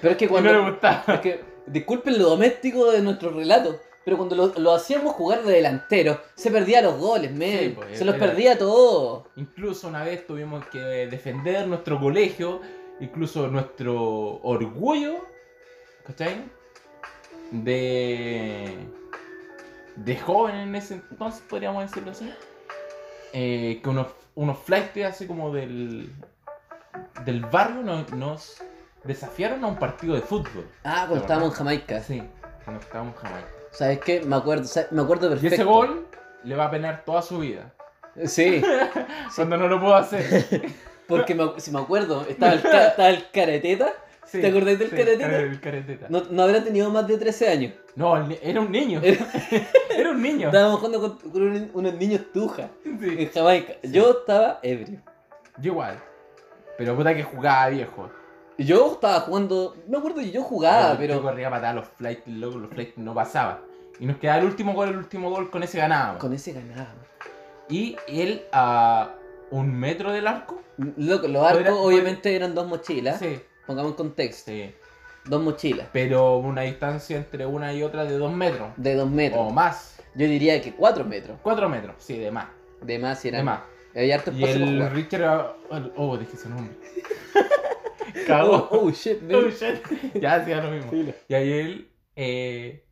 Speaker 2: pero es que
Speaker 1: Y no
Speaker 2: cuando.
Speaker 1: le gustaba.
Speaker 2: es que, disculpen lo doméstico de nuestro relato, pero cuando lo, lo hacíamos jugar de delantero, se perdía los goles, men.
Speaker 1: Sí, pues,
Speaker 2: se los
Speaker 1: era-
Speaker 2: perdía todo.
Speaker 1: Incluso una vez tuvimos que defender nuestro colegio, incluso nuestro orgullo, ¿cachai? De. de joven en ese entonces, podríamos decirlo así. Eh, que unos, unos flightes así como del. del barrio no- nos desafiaron a un partido de fútbol.
Speaker 2: Ah, cuando
Speaker 1: verdad.
Speaker 2: estábamos en Jamaica.
Speaker 1: Sí, cuando estábamos en Jamaica.
Speaker 2: ¿Sabes qué? Me acuerdo, ¿sabes? me acuerdo
Speaker 1: Y
Speaker 2: perfecto.
Speaker 1: ese gol le va a penar toda su vida.
Speaker 2: Sí.
Speaker 1: Cuando no lo puedo hacer.
Speaker 2: Porque me- si me acuerdo, estaba el, ca- estaba el careteta.
Speaker 1: Sí,
Speaker 2: ¿Te acordás del
Speaker 1: sí,
Speaker 2: careteta?
Speaker 1: El careteta. No,
Speaker 2: No, no habrá tenido más de 13 años.
Speaker 1: el ni- era un niño.
Speaker 2: Era-
Speaker 1: Era un niño.
Speaker 2: Estábamos jugando con, con un- unos niños tuja
Speaker 1: Sí,
Speaker 2: en Jamaica. Yo estaba ebrio.
Speaker 1: Yo igual. Pero puta que jugaba viejo.
Speaker 2: Yo estaba jugando. No me acuerdo que yo jugaba,
Speaker 1: Yo
Speaker 2: pero
Speaker 1: corría para atrás los flights, loco, los flights no pasaban. Y nos quedaba el último gol, el último gol, con ese ganábamos.
Speaker 2: con ese ganábamos.
Speaker 1: Y él a un metro del arco.
Speaker 2: Loco, los arcos
Speaker 1: Era-
Speaker 2: obviamente eran dos mochilas.
Speaker 1: Sí,
Speaker 2: Pongamos en contexto.
Speaker 1: sí.
Speaker 2: Dos mochilas
Speaker 1: Pero una distancia entre una y otra de dos metros.
Speaker 2: de dos metros.
Speaker 1: O más.
Speaker 2: Yo diría que cuatro metros.
Speaker 1: Cuatro metros, sí, de más.
Speaker 2: De más
Speaker 1: De
Speaker 2: eran
Speaker 1: más.
Speaker 2: Hay harto
Speaker 1: Y
Speaker 2: espacio para
Speaker 1: el
Speaker 2: jugar.
Speaker 1: Richard. ah, ah, Oh, dije su nombre.
Speaker 2: Oh,
Speaker 1: Cagó.
Speaker 2: oh, shit,
Speaker 1: Oh,
Speaker 2: man.
Speaker 1: shit. ya hacía lo mismo.
Speaker 2: Filo.
Speaker 1: Y ahí él. eh,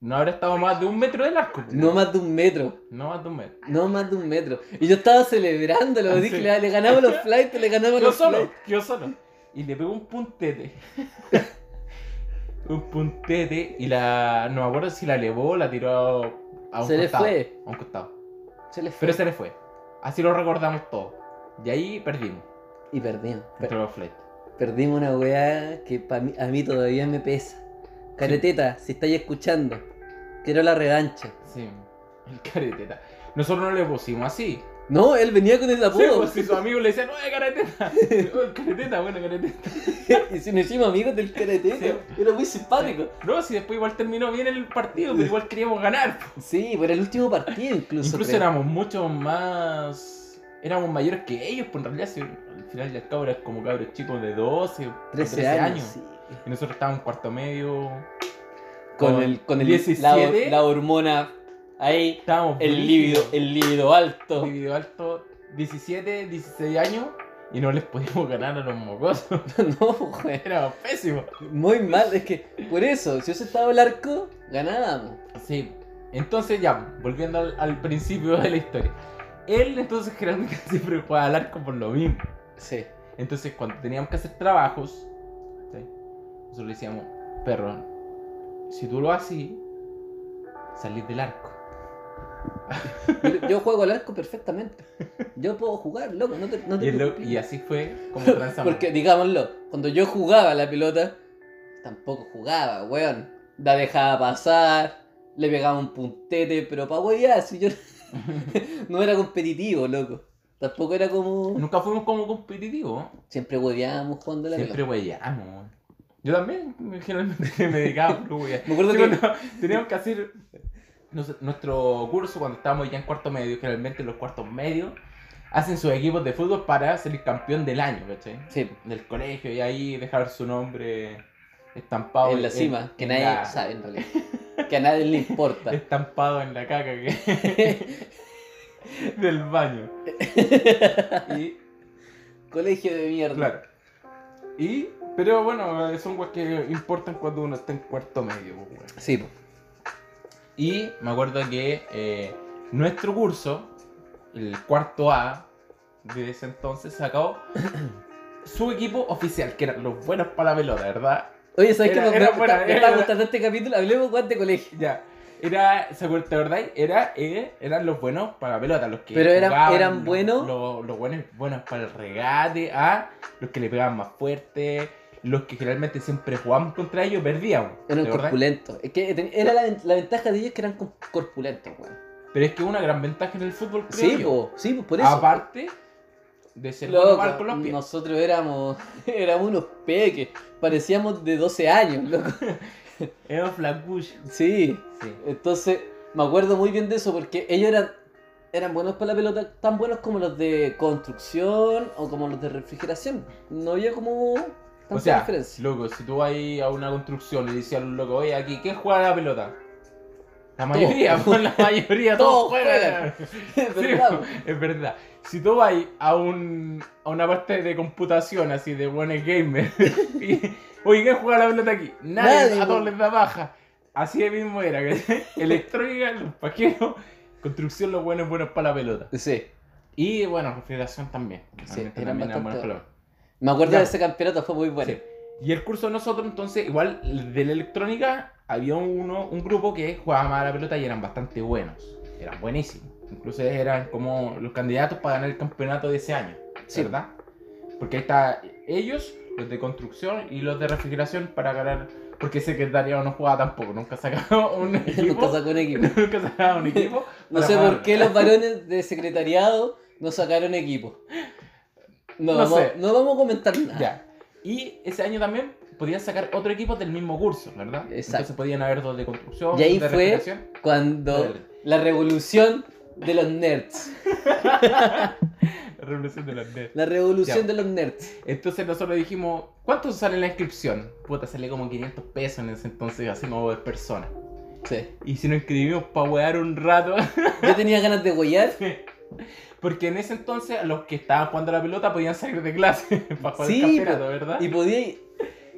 Speaker 1: no habrá estado más de un metro del arco. pues.
Speaker 2: No más de un metro.
Speaker 1: No más de un metro.
Speaker 2: No más de un metro. Y yo estaba celebrándolo.
Speaker 1: Ah,
Speaker 2: dije,
Speaker 1: sí.
Speaker 2: le, le ganamos los flights, le ganamos
Speaker 1: Yo
Speaker 2: los
Speaker 1: solo,
Speaker 2: flights.
Speaker 1: yo solo. Y le pegó un puntete. un puntete. Y la. No me acuerdo si la elevó o la tiró a un
Speaker 2: Se le
Speaker 1: costado.
Speaker 2: fue.
Speaker 1: A un costado.
Speaker 2: Se les fue.
Speaker 1: Pero se le fue. Así lo recordamos todo. Y ahí perdimos.
Speaker 2: Y perdimos. per-
Speaker 1: Contra los Flight.
Speaker 2: perdimos una weá que pa mí- a mí todavía me pesa. Careteta, si estáis escuchando, quiero la revancha.
Speaker 1: Sí. El careteta. Nosotros no le pusimos así.
Speaker 2: No, él venía con el
Speaker 1: Sí,
Speaker 2: apodo.
Speaker 1: pues, si sus amigos le decían, no, es careteta. Oh, el careteta, bueno, careteta.
Speaker 2: y si nos hicimos amigos del careteta.
Speaker 1: Sí.
Speaker 2: Era muy simpático.
Speaker 1: No, si después igual terminó bien el partido, pero igual queríamos ganar.
Speaker 2: Sí, por el último partido incluso.
Speaker 1: Incluso
Speaker 2: creo.
Speaker 1: éramos mucho más. Éramos mayores que ellos, pues en realidad si- al final las cabras como cabros chicos de 12, o
Speaker 2: 13,
Speaker 1: 13
Speaker 2: años.
Speaker 1: años.
Speaker 2: sí.
Speaker 1: Y nosotros estábamos en cuarto medio.
Speaker 2: Con,
Speaker 1: Con
Speaker 2: el, con el,
Speaker 1: 17.
Speaker 2: la, la hormona ahí,
Speaker 1: Estábamos.
Speaker 2: el líbido,
Speaker 1: brígidos,
Speaker 2: el líbido alto.
Speaker 1: líbido alto, 17, 16 años. Y no les podíamos ganar a los mocosos.
Speaker 2: no, güey.
Speaker 1: Éramos pésimos.
Speaker 2: Muy mal, es que por eso, si hubiese estado el arco, ganábamos.
Speaker 1: Sí. Entonces ya, volviendo al, al principio de la historia. Él entonces generalmente siempre juega al arco por lo mismo.
Speaker 2: Sí.
Speaker 1: Entonces, cuando teníamos que hacer trabajos, ¿sí? nosotros le decíamos, perro, si tú lo haces, salís del arco.
Speaker 2: Yo, yo juego al arco perfectamente. Yo puedo jugar, loco, no te, no te
Speaker 1: Y, el lo-
Speaker 2: preocupes.
Speaker 1: y así fue como transamos.
Speaker 2: Porque, digámoslo, cuando yo jugaba la pelota, tampoco jugaba, weón. La dejaba pasar, le pegaba un puntete, pero pa' weá, si yo no era competitivo, loco. Tampoco era como.
Speaker 1: Nunca fuimos como competitivos.
Speaker 2: Siempre hueveábamos jugando a la
Speaker 1: Siempre
Speaker 2: pelota.
Speaker 1: huellamos. Yo también, generalmente me dedicaba a puro huevear.
Speaker 2: Me acuerdo
Speaker 1: Sí,
Speaker 2: que.
Speaker 1: cuando teníamos que hacer nos- nuestro curso cuando estábamos ya en cuarto medio, generalmente los cuartos medios hacen sus equipos de fútbol para ser el campeón del año, ¿cachai?
Speaker 2: Sí,
Speaker 1: del colegio y ahí dejar su nombre estampado
Speaker 2: en la cima, que
Speaker 1: en
Speaker 2: nadie
Speaker 1: la-
Speaker 2: sabe en realidad. Que a nadie le importa.
Speaker 1: estampado en la caca que- del baño y
Speaker 2: Colegio de mierda.
Speaker 1: claro y pero bueno son cosas que importan cuando uno está en cuarto medio pues, weón.
Speaker 2: Sí, po.
Speaker 1: y me acuerdo que eh, nuestro curso el cuarto A de ese entonces sacó su equipo oficial que eran los buenos para la pelota verdad
Speaker 2: Oye, ¿sabes qué?
Speaker 1: Era-
Speaker 2: Me,
Speaker 1: era
Speaker 2: me-
Speaker 1: buena,
Speaker 2: me
Speaker 1: era-
Speaker 2: está gustando este capítulo. Hablemos weón, de colegio.
Speaker 1: Ya, era, ¿se acuerdan, ¿te acordáis? Era, eh, eran los buenos para la pelota, los que
Speaker 2: Pero eran- eran
Speaker 1: los-
Speaker 2: buenos.
Speaker 1: Los, los buenos, buenos para el regate, ¿ah? los que le pegaban más fuerte, los que generalmente siempre jugaban contra ellos, perdíamos.
Speaker 2: Eran
Speaker 1: ¿te acordás?
Speaker 2: corpulentos. Es que ten- era la, ven- la ventaja de ellos que eran cor- corpulentos, weón.
Speaker 1: Pero es que una gran ventaja en el fútbol, creo
Speaker 2: Sí,
Speaker 1: yo.
Speaker 2: po,
Speaker 1: Ah,
Speaker 2: sí, po, por eso.
Speaker 1: Aparte de ser
Speaker 2: Loco,
Speaker 1: bueno para con los pies.
Speaker 2: nosotros éramos, éramos unos peques. Parecíamos de 12 años, loco.
Speaker 1: Era flacucho.
Speaker 2: Sí.
Speaker 1: Sí.
Speaker 2: Entonces, me acuerdo muy bien de eso porque ellos eran, eran buenos para la pelota, tan buenos como los de construcción o como los de refrigeración. No había como tanta
Speaker 1: O sea,
Speaker 2: diferencia.
Speaker 1: loco, si tú vas ahí a una construcción y le dices a los locos, oye, aquí, ¿qué juega la pelota? La
Speaker 2: Todos.
Speaker 1: mayoría, pues, la mayoría,
Speaker 2: Todos
Speaker 1: todos
Speaker 2: juegan.
Speaker 1: juegan.
Speaker 2: Es
Speaker 1: Sí,
Speaker 2: verdad, po.
Speaker 1: es verdad. Si tú vas a, un, a una parte de computación así de buenos gamers, y, oye, ¿quién juega la pelota aquí? Nadie,
Speaker 2: Nadie,
Speaker 1: a todos
Speaker 2: po.
Speaker 1: les da baja. Así mismo era, ¿cachai? Electrónica, los paqueros, construcción, los buenos buenos para la pelota.
Speaker 2: Sí.
Speaker 1: Y bueno, refrigeración también.
Speaker 2: Sí,
Speaker 1: Realmente
Speaker 2: eran
Speaker 1: también eran
Speaker 2: bastante
Speaker 1: buenos para la pelota.
Speaker 2: Me acuerdo
Speaker 1: Ya.
Speaker 2: de ese campeonato, fue muy bueno.
Speaker 1: Sí. Y el curso de nosotros, entonces, igual de la electrónica, había uno, un grupo que jugaba más a la pelota y eran bastante buenos. Eran buenísimos. Incluso eran como los candidatos para ganar el campeonato de ese año,
Speaker 2: Sí.
Speaker 1: ¿verdad? Porque ahí está ellos, los de construcción y los de refrigeración para ganar. Porque secretariado no jugaba tampoco, nunca sacaba un equipo.
Speaker 2: Nunca sacó un equipo.
Speaker 1: nunca sacaba un equipo.
Speaker 2: No
Speaker 1: para
Speaker 2: sé
Speaker 1: jugar.
Speaker 2: por qué los varones de secretariado no sacaron equipo. No,
Speaker 1: No
Speaker 2: vamos,
Speaker 1: sé.
Speaker 2: no vamos a comentar nada.
Speaker 1: Ya. Y ese año también podían sacar otro equipo del mismo curso, ¿verdad?
Speaker 2: Exacto.
Speaker 1: Entonces podían haber dos de construcción,
Speaker 2: Y ahí
Speaker 1: dos de
Speaker 2: fue-
Speaker 1: refrigeración.
Speaker 2: Cuando
Speaker 1: Dale.
Speaker 2: la revolución de los nerds.
Speaker 1: La revolución de los nerds.
Speaker 2: La revolución
Speaker 1: Ya.
Speaker 2: de los nerds.
Speaker 1: Entonces nosotros dijimos, ¿cuánto sale la inscripción? Puta, sale como 500 pesos en ese entonces, así como de persona.
Speaker 2: Sí.
Speaker 1: Y si nos inscribimos para wear un rato,
Speaker 2: Yo tenía ganas de huellar.
Speaker 1: Porque en ese entonces los que estaban jugando a la pelota podían salir de clase para jugar
Speaker 2: Sí,
Speaker 1: el campeonato, ¿verdad?
Speaker 2: Y podía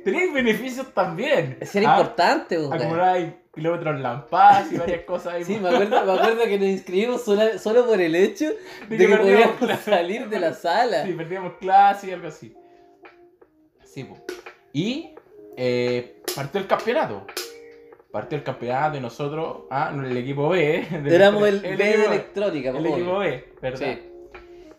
Speaker 1: Teníais beneficios también.
Speaker 2: ser importante, po, weón.
Speaker 1: Acumulabais kilómetros lampas y varias cosas ahí.
Speaker 2: Sí, me acuerdo, me acuerdo que nos inscribimos sola- solo por el hecho de que
Speaker 1: perdíamos
Speaker 2: podíamos
Speaker 1: clase.
Speaker 2: salir de la sala.
Speaker 1: Sí, perdíamos clase y algo así. Sí, po. Y eh, partió el campeonato. Partió el campeonato y nosotros, ah, no, el equipo B. del-
Speaker 2: Éramos el, B de
Speaker 1: equipo B.
Speaker 2: electrónica, po,
Speaker 1: El
Speaker 2: obvio.
Speaker 1: equipo B, ¿verdad?
Speaker 2: Sí.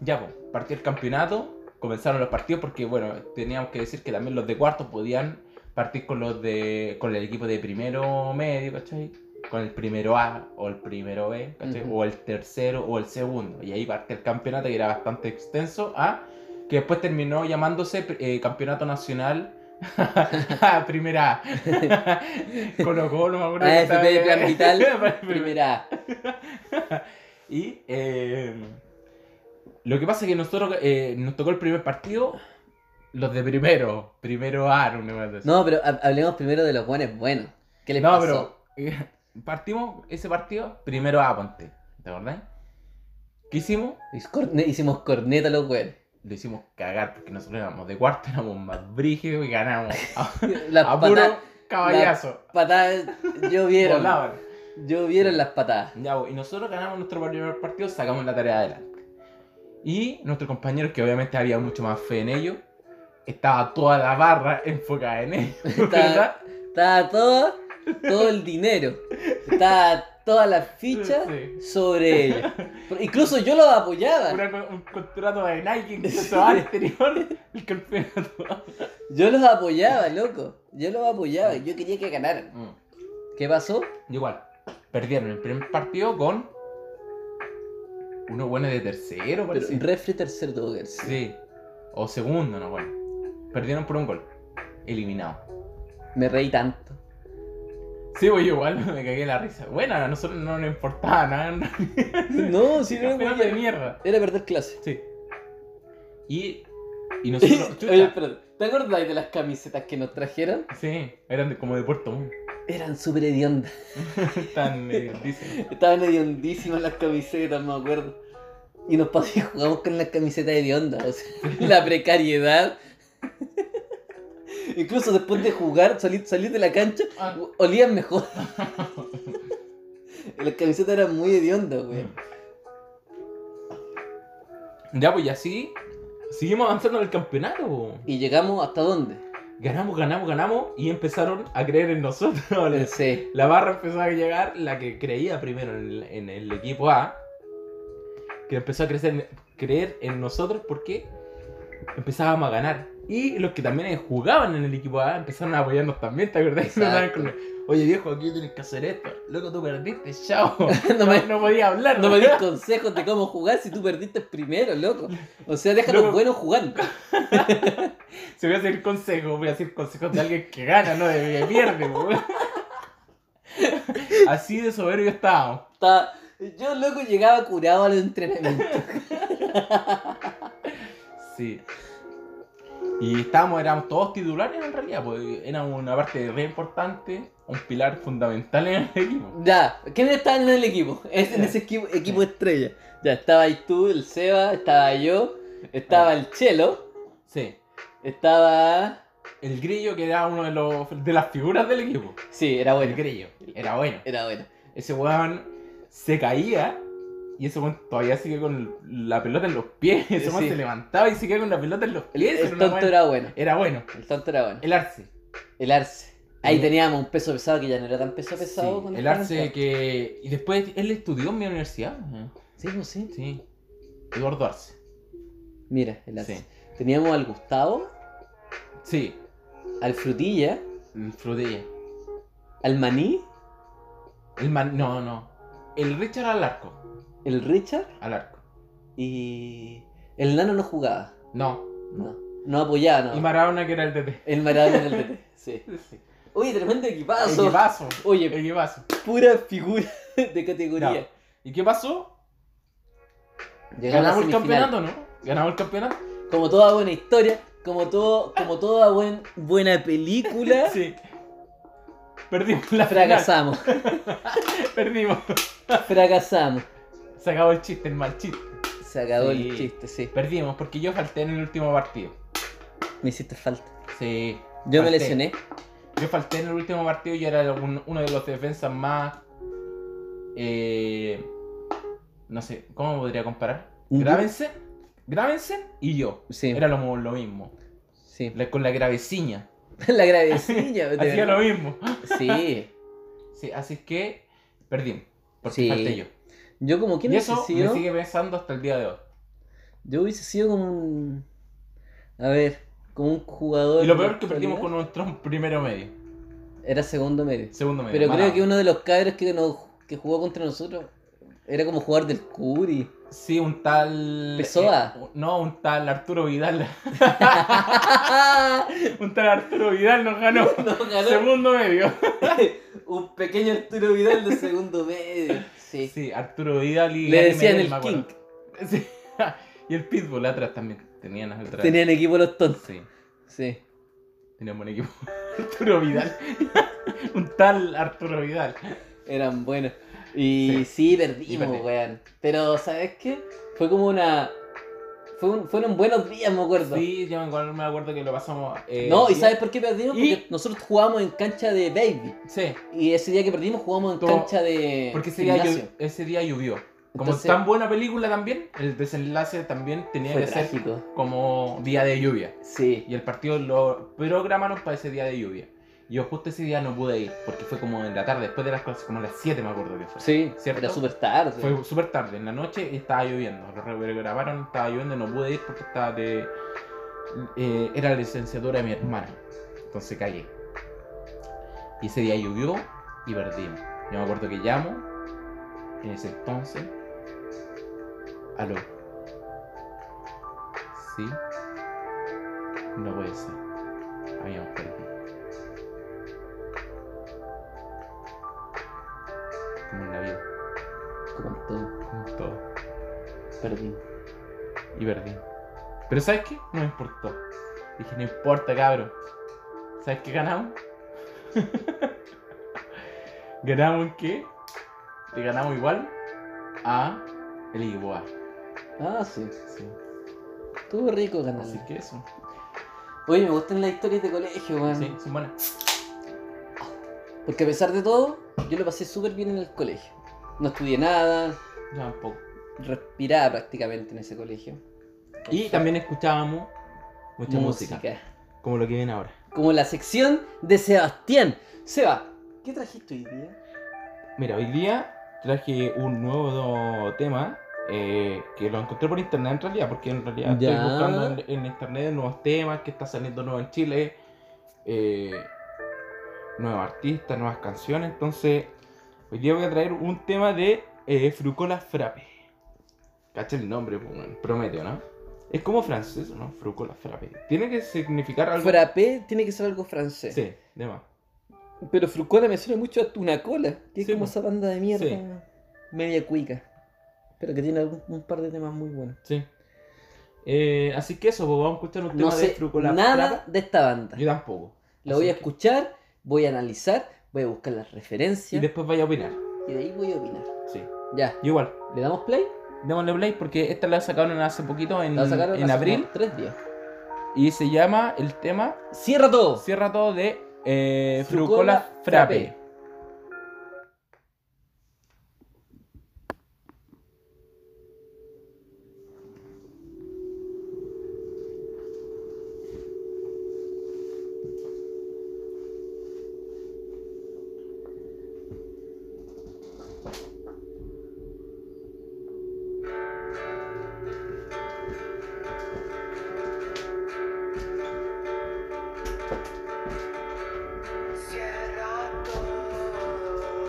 Speaker 1: Ya, pues, partió el campeonato, comenzaron los partidos porque, bueno, teníamos que decir que también los de cuarto podían partir con los de con el equipo de primero medio, ¿cachai? Con el primero A o el primero B, ¿cachai?
Speaker 2: Ujú.
Speaker 1: O el tercero o el segundo. Y ahí parte el campeonato que era bastante extenso a que después terminó llamándose eh, Campeonato Nacional a Primera A. Colo Colo,
Speaker 2: Ah,
Speaker 1: me acuerdo que
Speaker 2: AFP de
Speaker 1: estaba-
Speaker 2: Plan Vital,
Speaker 1: Primera
Speaker 2: primera.
Speaker 1: y eh, lo que pasa es que nosotros eh, nos tocó el primer partido, los de primero, primero A, no, una cosa así.
Speaker 2: No, pero ha- hablemos primero de los buenos buenos. ¿Qué les
Speaker 1: No,
Speaker 2: pasó?
Speaker 1: pero eh, partimos ese partido, primero A, ponte, ¿te acordás? ¿Qué hicimos?
Speaker 2: Hic- corne- Hicimos corneta a los buenos.
Speaker 1: Lo hicimos cagar porque nosotros éramos de cuarto, éramos más brígidos y ganamos. A,
Speaker 2: Las
Speaker 1: a
Speaker 2: patadas,
Speaker 1: puro caballazo.
Speaker 2: patadas llovieron.
Speaker 1: Volaban.
Speaker 2: Llovieron las patadas.
Speaker 1: Ya, bo, y nosotros ganamos nuestro primer partido, sacamos la tarea adelante. Y nuestros compañeros, que obviamente había mucho más fe en ellos, estaba toda la barra enfocada en ellos, ¿verdad?
Speaker 2: Estaba todo, todo el dinero. Estaba toda la ficha
Speaker 1: Sí.
Speaker 2: sobre ellos. Pero Incluso yo los apoyaba.
Speaker 1: Una co- un contrato de Nike incluso anterior el campeonato.
Speaker 2: Yo los apoyaba, loco. Yo los apoyaba. Yo quería que ganaran.
Speaker 1: Mm.
Speaker 2: ¿Qué pasó?
Speaker 1: Igual, perdieron el primer partido con unos buenos de tercero,
Speaker 2: Pero
Speaker 1: parece.
Speaker 2: refri tercer Doggers.
Speaker 1: Sí, o segundo, no, bueno. Perdieron por un gol, eliminado.
Speaker 2: Me reí tanto.
Speaker 1: Sí, voy igual, me cagué la risa. Bueno, a nosotros no nos importaba nada. en realidad.
Speaker 2: No, si no
Speaker 1: Campeonato de mierda.
Speaker 2: Era perder clase.
Speaker 1: Sí. Y, y nosotros. chuta,
Speaker 2: Oye, espérate, ¿Te acordáis de las camisetas que nos trajeron?
Speaker 1: sí, eran de- como de Puerto Montt.
Speaker 2: Eran súper hediondas.
Speaker 1: Tan, eh, dicen.
Speaker 2: Estaban hediondísimas las camisetas, me acuerdo. Y nos pasamos y jugamos con las camisetas hediondas. O sea, la precariedad. Incluso después de jugar, salir, salir de la cancha,
Speaker 1: Ah.
Speaker 2: olían mejor. Las camisetas eran muy hediondas, güey.
Speaker 1: Ya, pues y así seguimos avanzando en el campeonato. po.
Speaker 2: ¿Y llegamos hasta dónde?
Speaker 1: Ganamos, ganamos, ganamos y empezaron a creer en nosotros.
Speaker 2: Sí.
Speaker 1: La barra empezó a llegar, la que creía primero en el, en el equipo A, que empezó a crecer, creer en nosotros porque empezábamos a ganar. Y los que también jugaban en el equipo A empezaron a apoyarnos también, ¿te acordás?
Speaker 2: Exacto.
Speaker 1: Empezaron con, Oye viejo, aquí tienes que hacer esto. Loco, tú perdiste, chao.
Speaker 2: No
Speaker 1: No,
Speaker 2: me-
Speaker 1: no podía hablar.
Speaker 2: No me des consejos de cómo jugar si tú perdiste primero, loco. O sea, deja a los
Speaker 1: Loco.
Speaker 2: buenos jugando.
Speaker 1: Se voy a hacer consejo, voy a hacer consejos de alguien que gana, no de que pierde. po. Así de soberbio estábamos.
Speaker 2: Estaba- Yo, loco, llegaba curado a los entrenamientos.
Speaker 1: Sí. Y estábamos, éramos todos titulares en realidad, pues era una parte re importante, un pilar fundamental en el equipo.
Speaker 2: Ya, ¿quiénes estaban en el equipo? Es- En ese equipo, equipo estrella. Ya, estaba ahí tú, el Seba, estaba yo, estaba
Speaker 1: Ah.
Speaker 2: el Chelo,
Speaker 1: Sí.
Speaker 2: estaba...
Speaker 1: El grillo que era uno de los de las figuras del equipo.
Speaker 2: Sí, era
Speaker 1: El
Speaker 2: bueno.
Speaker 1: grillo. Era bueno.
Speaker 2: Era bueno.
Speaker 1: Ese weón se caía y ese weón todavía sigue con la pelota en los pies. Ese weón
Speaker 2: Sí.
Speaker 1: se levantaba y sigue con la pelota en los
Speaker 2: El,
Speaker 1: pies.
Speaker 2: el
Speaker 1: una
Speaker 2: tonto
Speaker 1: weá-
Speaker 2: era bueno.
Speaker 1: era bueno.
Speaker 2: El tonto era bueno.
Speaker 1: El arce.
Speaker 2: El Arce. Ahí
Speaker 1: Sí.
Speaker 2: teníamos un peso pesado que ya no era tan peso pesado.
Speaker 1: Sí,
Speaker 2: cuando
Speaker 1: el
Speaker 2: estaba en
Speaker 1: arce que. Y después él estudió en mi universidad.
Speaker 2: Sí, pues sí.
Speaker 1: Sí. Eduardo Arce.
Speaker 2: Mira, el Arce.
Speaker 1: Sí.
Speaker 2: Teníamos al Gustavo,
Speaker 1: Sí,
Speaker 2: al Frutilla,
Speaker 1: el Frutilla.
Speaker 2: al Maní,
Speaker 1: El man... No, no. El Richard al arco.
Speaker 2: el Richard
Speaker 1: Al arco.
Speaker 2: y... El Nano no jugaba.
Speaker 1: No.
Speaker 2: No. No apoyaba, no.
Speaker 1: Y Maradona que era el DT.
Speaker 2: El Maradona en el DT, sí.
Speaker 1: Sí.
Speaker 2: Oye, tremendo equipazo.
Speaker 1: Equipazo.
Speaker 2: Oye,
Speaker 1: Equipazo.
Speaker 2: pura figura de categoría.
Speaker 1: ¿Y qué pasó?
Speaker 2: Llegamos a la
Speaker 1: Ganamos el
Speaker 2: semifinal.
Speaker 1: campeonato, ¿no? Ganamos el campeonato.
Speaker 2: Como toda buena historia, como todo, como toda buen, buena película,
Speaker 1: Sí. Perdimos la final.
Speaker 2: fracasamos.
Speaker 1: Perdimos.
Speaker 2: Fracasamos.
Speaker 1: Se acabó el chiste, el mal chiste.
Speaker 2: Se acabó
Speaker 1: Sí.
Speaker 2: el chiste, sí.
Speaker 1: Perdimos porque yo falté en el último partido.
Speaker 2: Me hiciste falta.
Speaker 1: Sí.
Speaker 2: Yo me
Speaker 1: falté.
Speaker 2: lesioné.
Speaker 1: Yo falté en el último partido y era el- un- uno de los defensas más. eh, no sé, ¿cómo podría comparar?
Speaker 2: Un-
Speaker 1: Grábense, Grábense y yo.
Speaker 2: Sí.
Speaker 1: Era lo, lo mismo.
Speaker 2: Sí.
Speaker 1: La- con la graveciña.
Speaker 2: La gravecilla. de
Speaker 1: Hacía
Speaker 2: verdad.
Speaker 1: lo mismo.
Speaker 2: Sí.
Speaker 1: Sí, así que perdí. Porque
Speaker 2: Sí.
Speaker 1: falté yo.
Speaker 2: Yo como quién
Speaker 1: Y eso
Speaker 2: hubiese
Speaker 1: me
Speaker 2: sido.
Speaker 1: sigue pensando hasta el día de hoy.
Speaker 2: Yo hubiese sido como un. A ver, como un jugador.
Speaker 1: Y lo
Speaker 2: de
Speaker 1: peor que perdimos con
Speaker 2: actualidad.
Speaker 1: nuestro primero medio.
Speaker 2: Era segundo medio.
Speaker 1: Segundo medio.
Speaker 2: Pero
Speaker 1: mala
Speaker 2: creo
Speaker 1: onda.
Speaker 2: que uno de los cabros que, nos, que jugó contra nosotros era como jugar del Curi.
Speaker 1: Sí, un tal.
Speaker 2: Pessoa.
Speaker 1: eh, no, un tal Arturo Vidal. un tal Arturo Vidal nos ganó.
Speaker 2: Nos ganó
Speaker 1: Segundo medio.
Speaker 2: un pequeño Arturo Vidal de segundo medio. Sí.
Speaker 1: Sí, Arturo Vidal y.
Speaker 2: Le
Speaker 1: Gary
Speaker 2: decían
Speaker 1: Medel,
Speaker 2: el
Speaker 1: me
Speaker 2: King.
Speaker 1: acuerdo. Sí. y el Pitbull atrás también. Tenían atrás.
Speaker 2: Tenían equipo los tontos.
Speaker 1: Sí,
Speaker 2: Sí.
Speaker 1: tenían buen equipo. Arturo Vidal. un tal Arturo Vidal.
Speaker 2: Eran buenos. Y sí, perdimos,
Speaker 1: Y perdí.
Speaker 2: weón. Pero, ¿sabes qué? Fue como una. fue un- fueron buenos días, me acuerdo.
Speaker 1: Sí, yo me acuerdo, me acuerdo que lo pasamos. eh,
Speaker 2: No, ¿y
Speaker 1: bien.
Speaker 2: sabes por qué perdimos?
Speaker 1: Y-
Speaker 2: Porque nosotros jugábamos en cancha de baby.
Speaker 1: Sí,
Speaker 2: Y ese día que perdimos jugábamos en
Speaker 1: To-
Speaker 2: cancha de
Speaker 1: porque ese día,
Speaker 2: gimnasio.
Speaker 1: llo- ese día llovió. Como
Speaker 2: Entonces,
Speaker 1: tan buena película también, el desenlace también tenía
Speaker 2: fue
Speaker 1: que ser
Speaker 2: trágico.
Speaker 1: como día de lluvia.
Speaker 2: Sí.
Speaker 1: Y el partido lo programaron para ese día de lluvia. Yo justo ese día no pude ir, porque fue como en la tarde, después de las clases, como a las 7 me acuerdo que fue.
Speaker 2: Sí,
Speaker 1: ¿Cierto?
Speaker 2: era súper tarde.
Speaker 1: Fue súper tarde, en la noche y estaba lloviendo. Lo regrabaron, estaba lloviendo, no pude ir porque estaba de... eh, era la licenciatura de mi hermana. Entonces callé. Y ese día llovió y perdimos. Yo me acuerdo que llamo, en ese entonces... Aló. Sí. No puede ser. Habíamos perdido. Como en la vida,
Speaker 2: Como todo,
Speaker 1: como en todo.
Speaker 2: perdimos.
Speaker 1: Y perdí. Pero ¿sabes qué? No me importó. Dije, no importa, cabrón. ¿Sabes qué ganamos? ganamos qué? Le ganamos igual a el igual.
Speaker 2: Ah, sí. Estuvo rico ganar.
Speaker 1: Así que eso.
Speaker 2: Oye, me gustan las historias de colegio, weón.
Speaker 1: Sí, son buenas.
Speaker 2: Porque a pesar de todo, yo lo pasé súper bien en el colegio. No estudié nada,
Speaker 1: Yo tampoco.
Speaker 2: respiraba prácticamente en ese colegio.
Speaker 1: Y también escuchábamos mucha música. Como lo que viene ahora.
Speaker 2: Como la sección de Sebastián. Seba, ¿qué trajiste hoy día?
Speaker 1: Mira, hoy día traje un nuevo tema eh, que lo encontré por internet en realidad, porque en realidad
Speaker 2: Ya.
Speaker 1: estoy buscando en, en internet nuevos temas que está saliendo nuevo en Chile, eh, nuevos artistas, nuevas canciones. Entonces, hoy día voy a traer un tema de eh, Frucola Frappe. Cacha el nombre, pues, weón, prometeo, ¿no? Es como francés, ¿no? Frucola Frappe. Tiene que significar algo.
Speaker 2: Frappé tiene que ser algo francés.
Speaker 1: Sí, de más.
Speaker 2: Pero Frucola me suena mucho a Tuna Cola, que es
Speaker 1: Sí,
Speaker 2: como
Speaker 1: po.
Speaker 2: esa banda de mierda
Speaker 1: Sí.
Speaker 2: media cuica. Pero que tiene algún- un par de temas muy buenos.
Speaker 1: Sí. Eh, así que eso, pues, vamos a escuchar un tema
Speaker 2: No
Speaker 1: de
Speaker 2: sé
Speaker 1: Frucola Frappe.
Speaker 2: nada de esta banda.
Speaker 1: Yo tampoco.
Speaker 2: La
Speaker 1: Así
Speaker 2: voy a
Speaker 1: que-
Speaker 2: escuchar, voy a analizar, voy a buscar las
Speaker 1: Y
Speaker 2: referencias y,
Speaker 1: después vaya a opinar.
Speaker 2: de ahí voy a opinar.
Speaker 1: Sí.
Speaker 2: Ya,
Speaker 1: Yo igual.
Speaker 2: ¿le damos play?
Speaker 1: Démosle play porque esta la sacaron hace poquito en,
Speaker 2: La sacaron
Speaker 1: en
Speaker 2: hace
Speaker 1: abril.
Speaker 2: como tres días.
Speaker 1: Y se llama el tema
Speaker 2: ¡Cierra todo!
Speaker 1: Cierra todo de eh,
Speaker 2: Frucola
Speaker 1: Frucola Frappe.
Speaker 3: Cierra todo.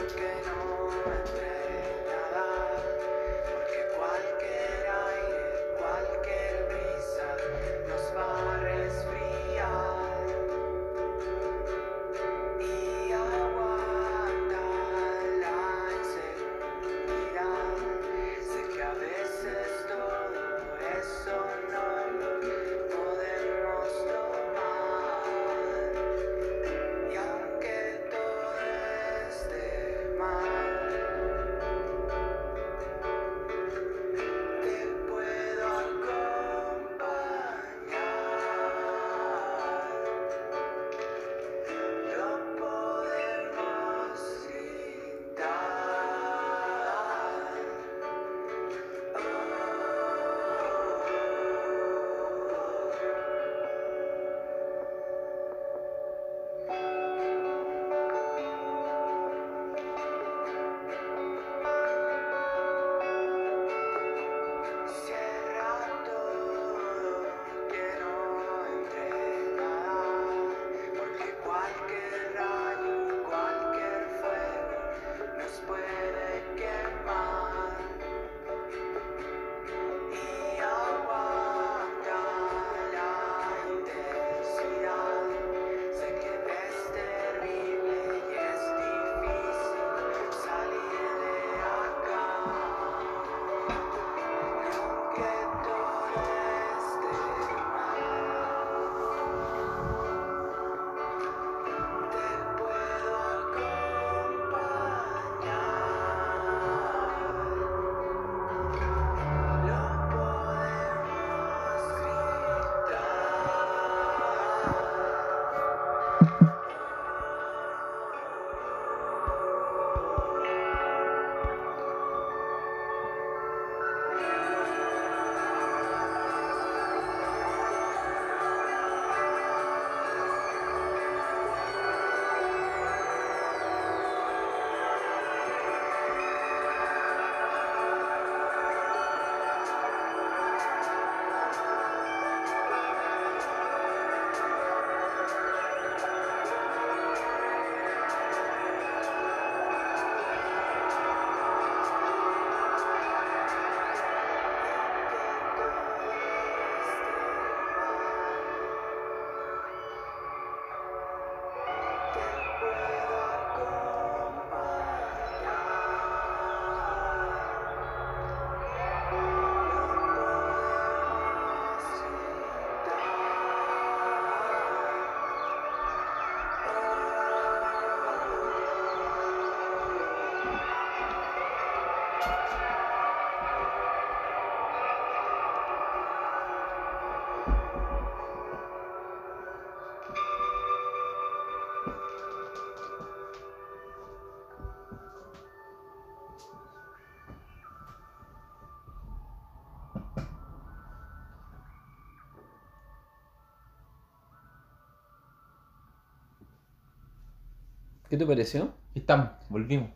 Speaker 2: ¿Qué te pareció?
Speaker 1: Y estamos, volvimos.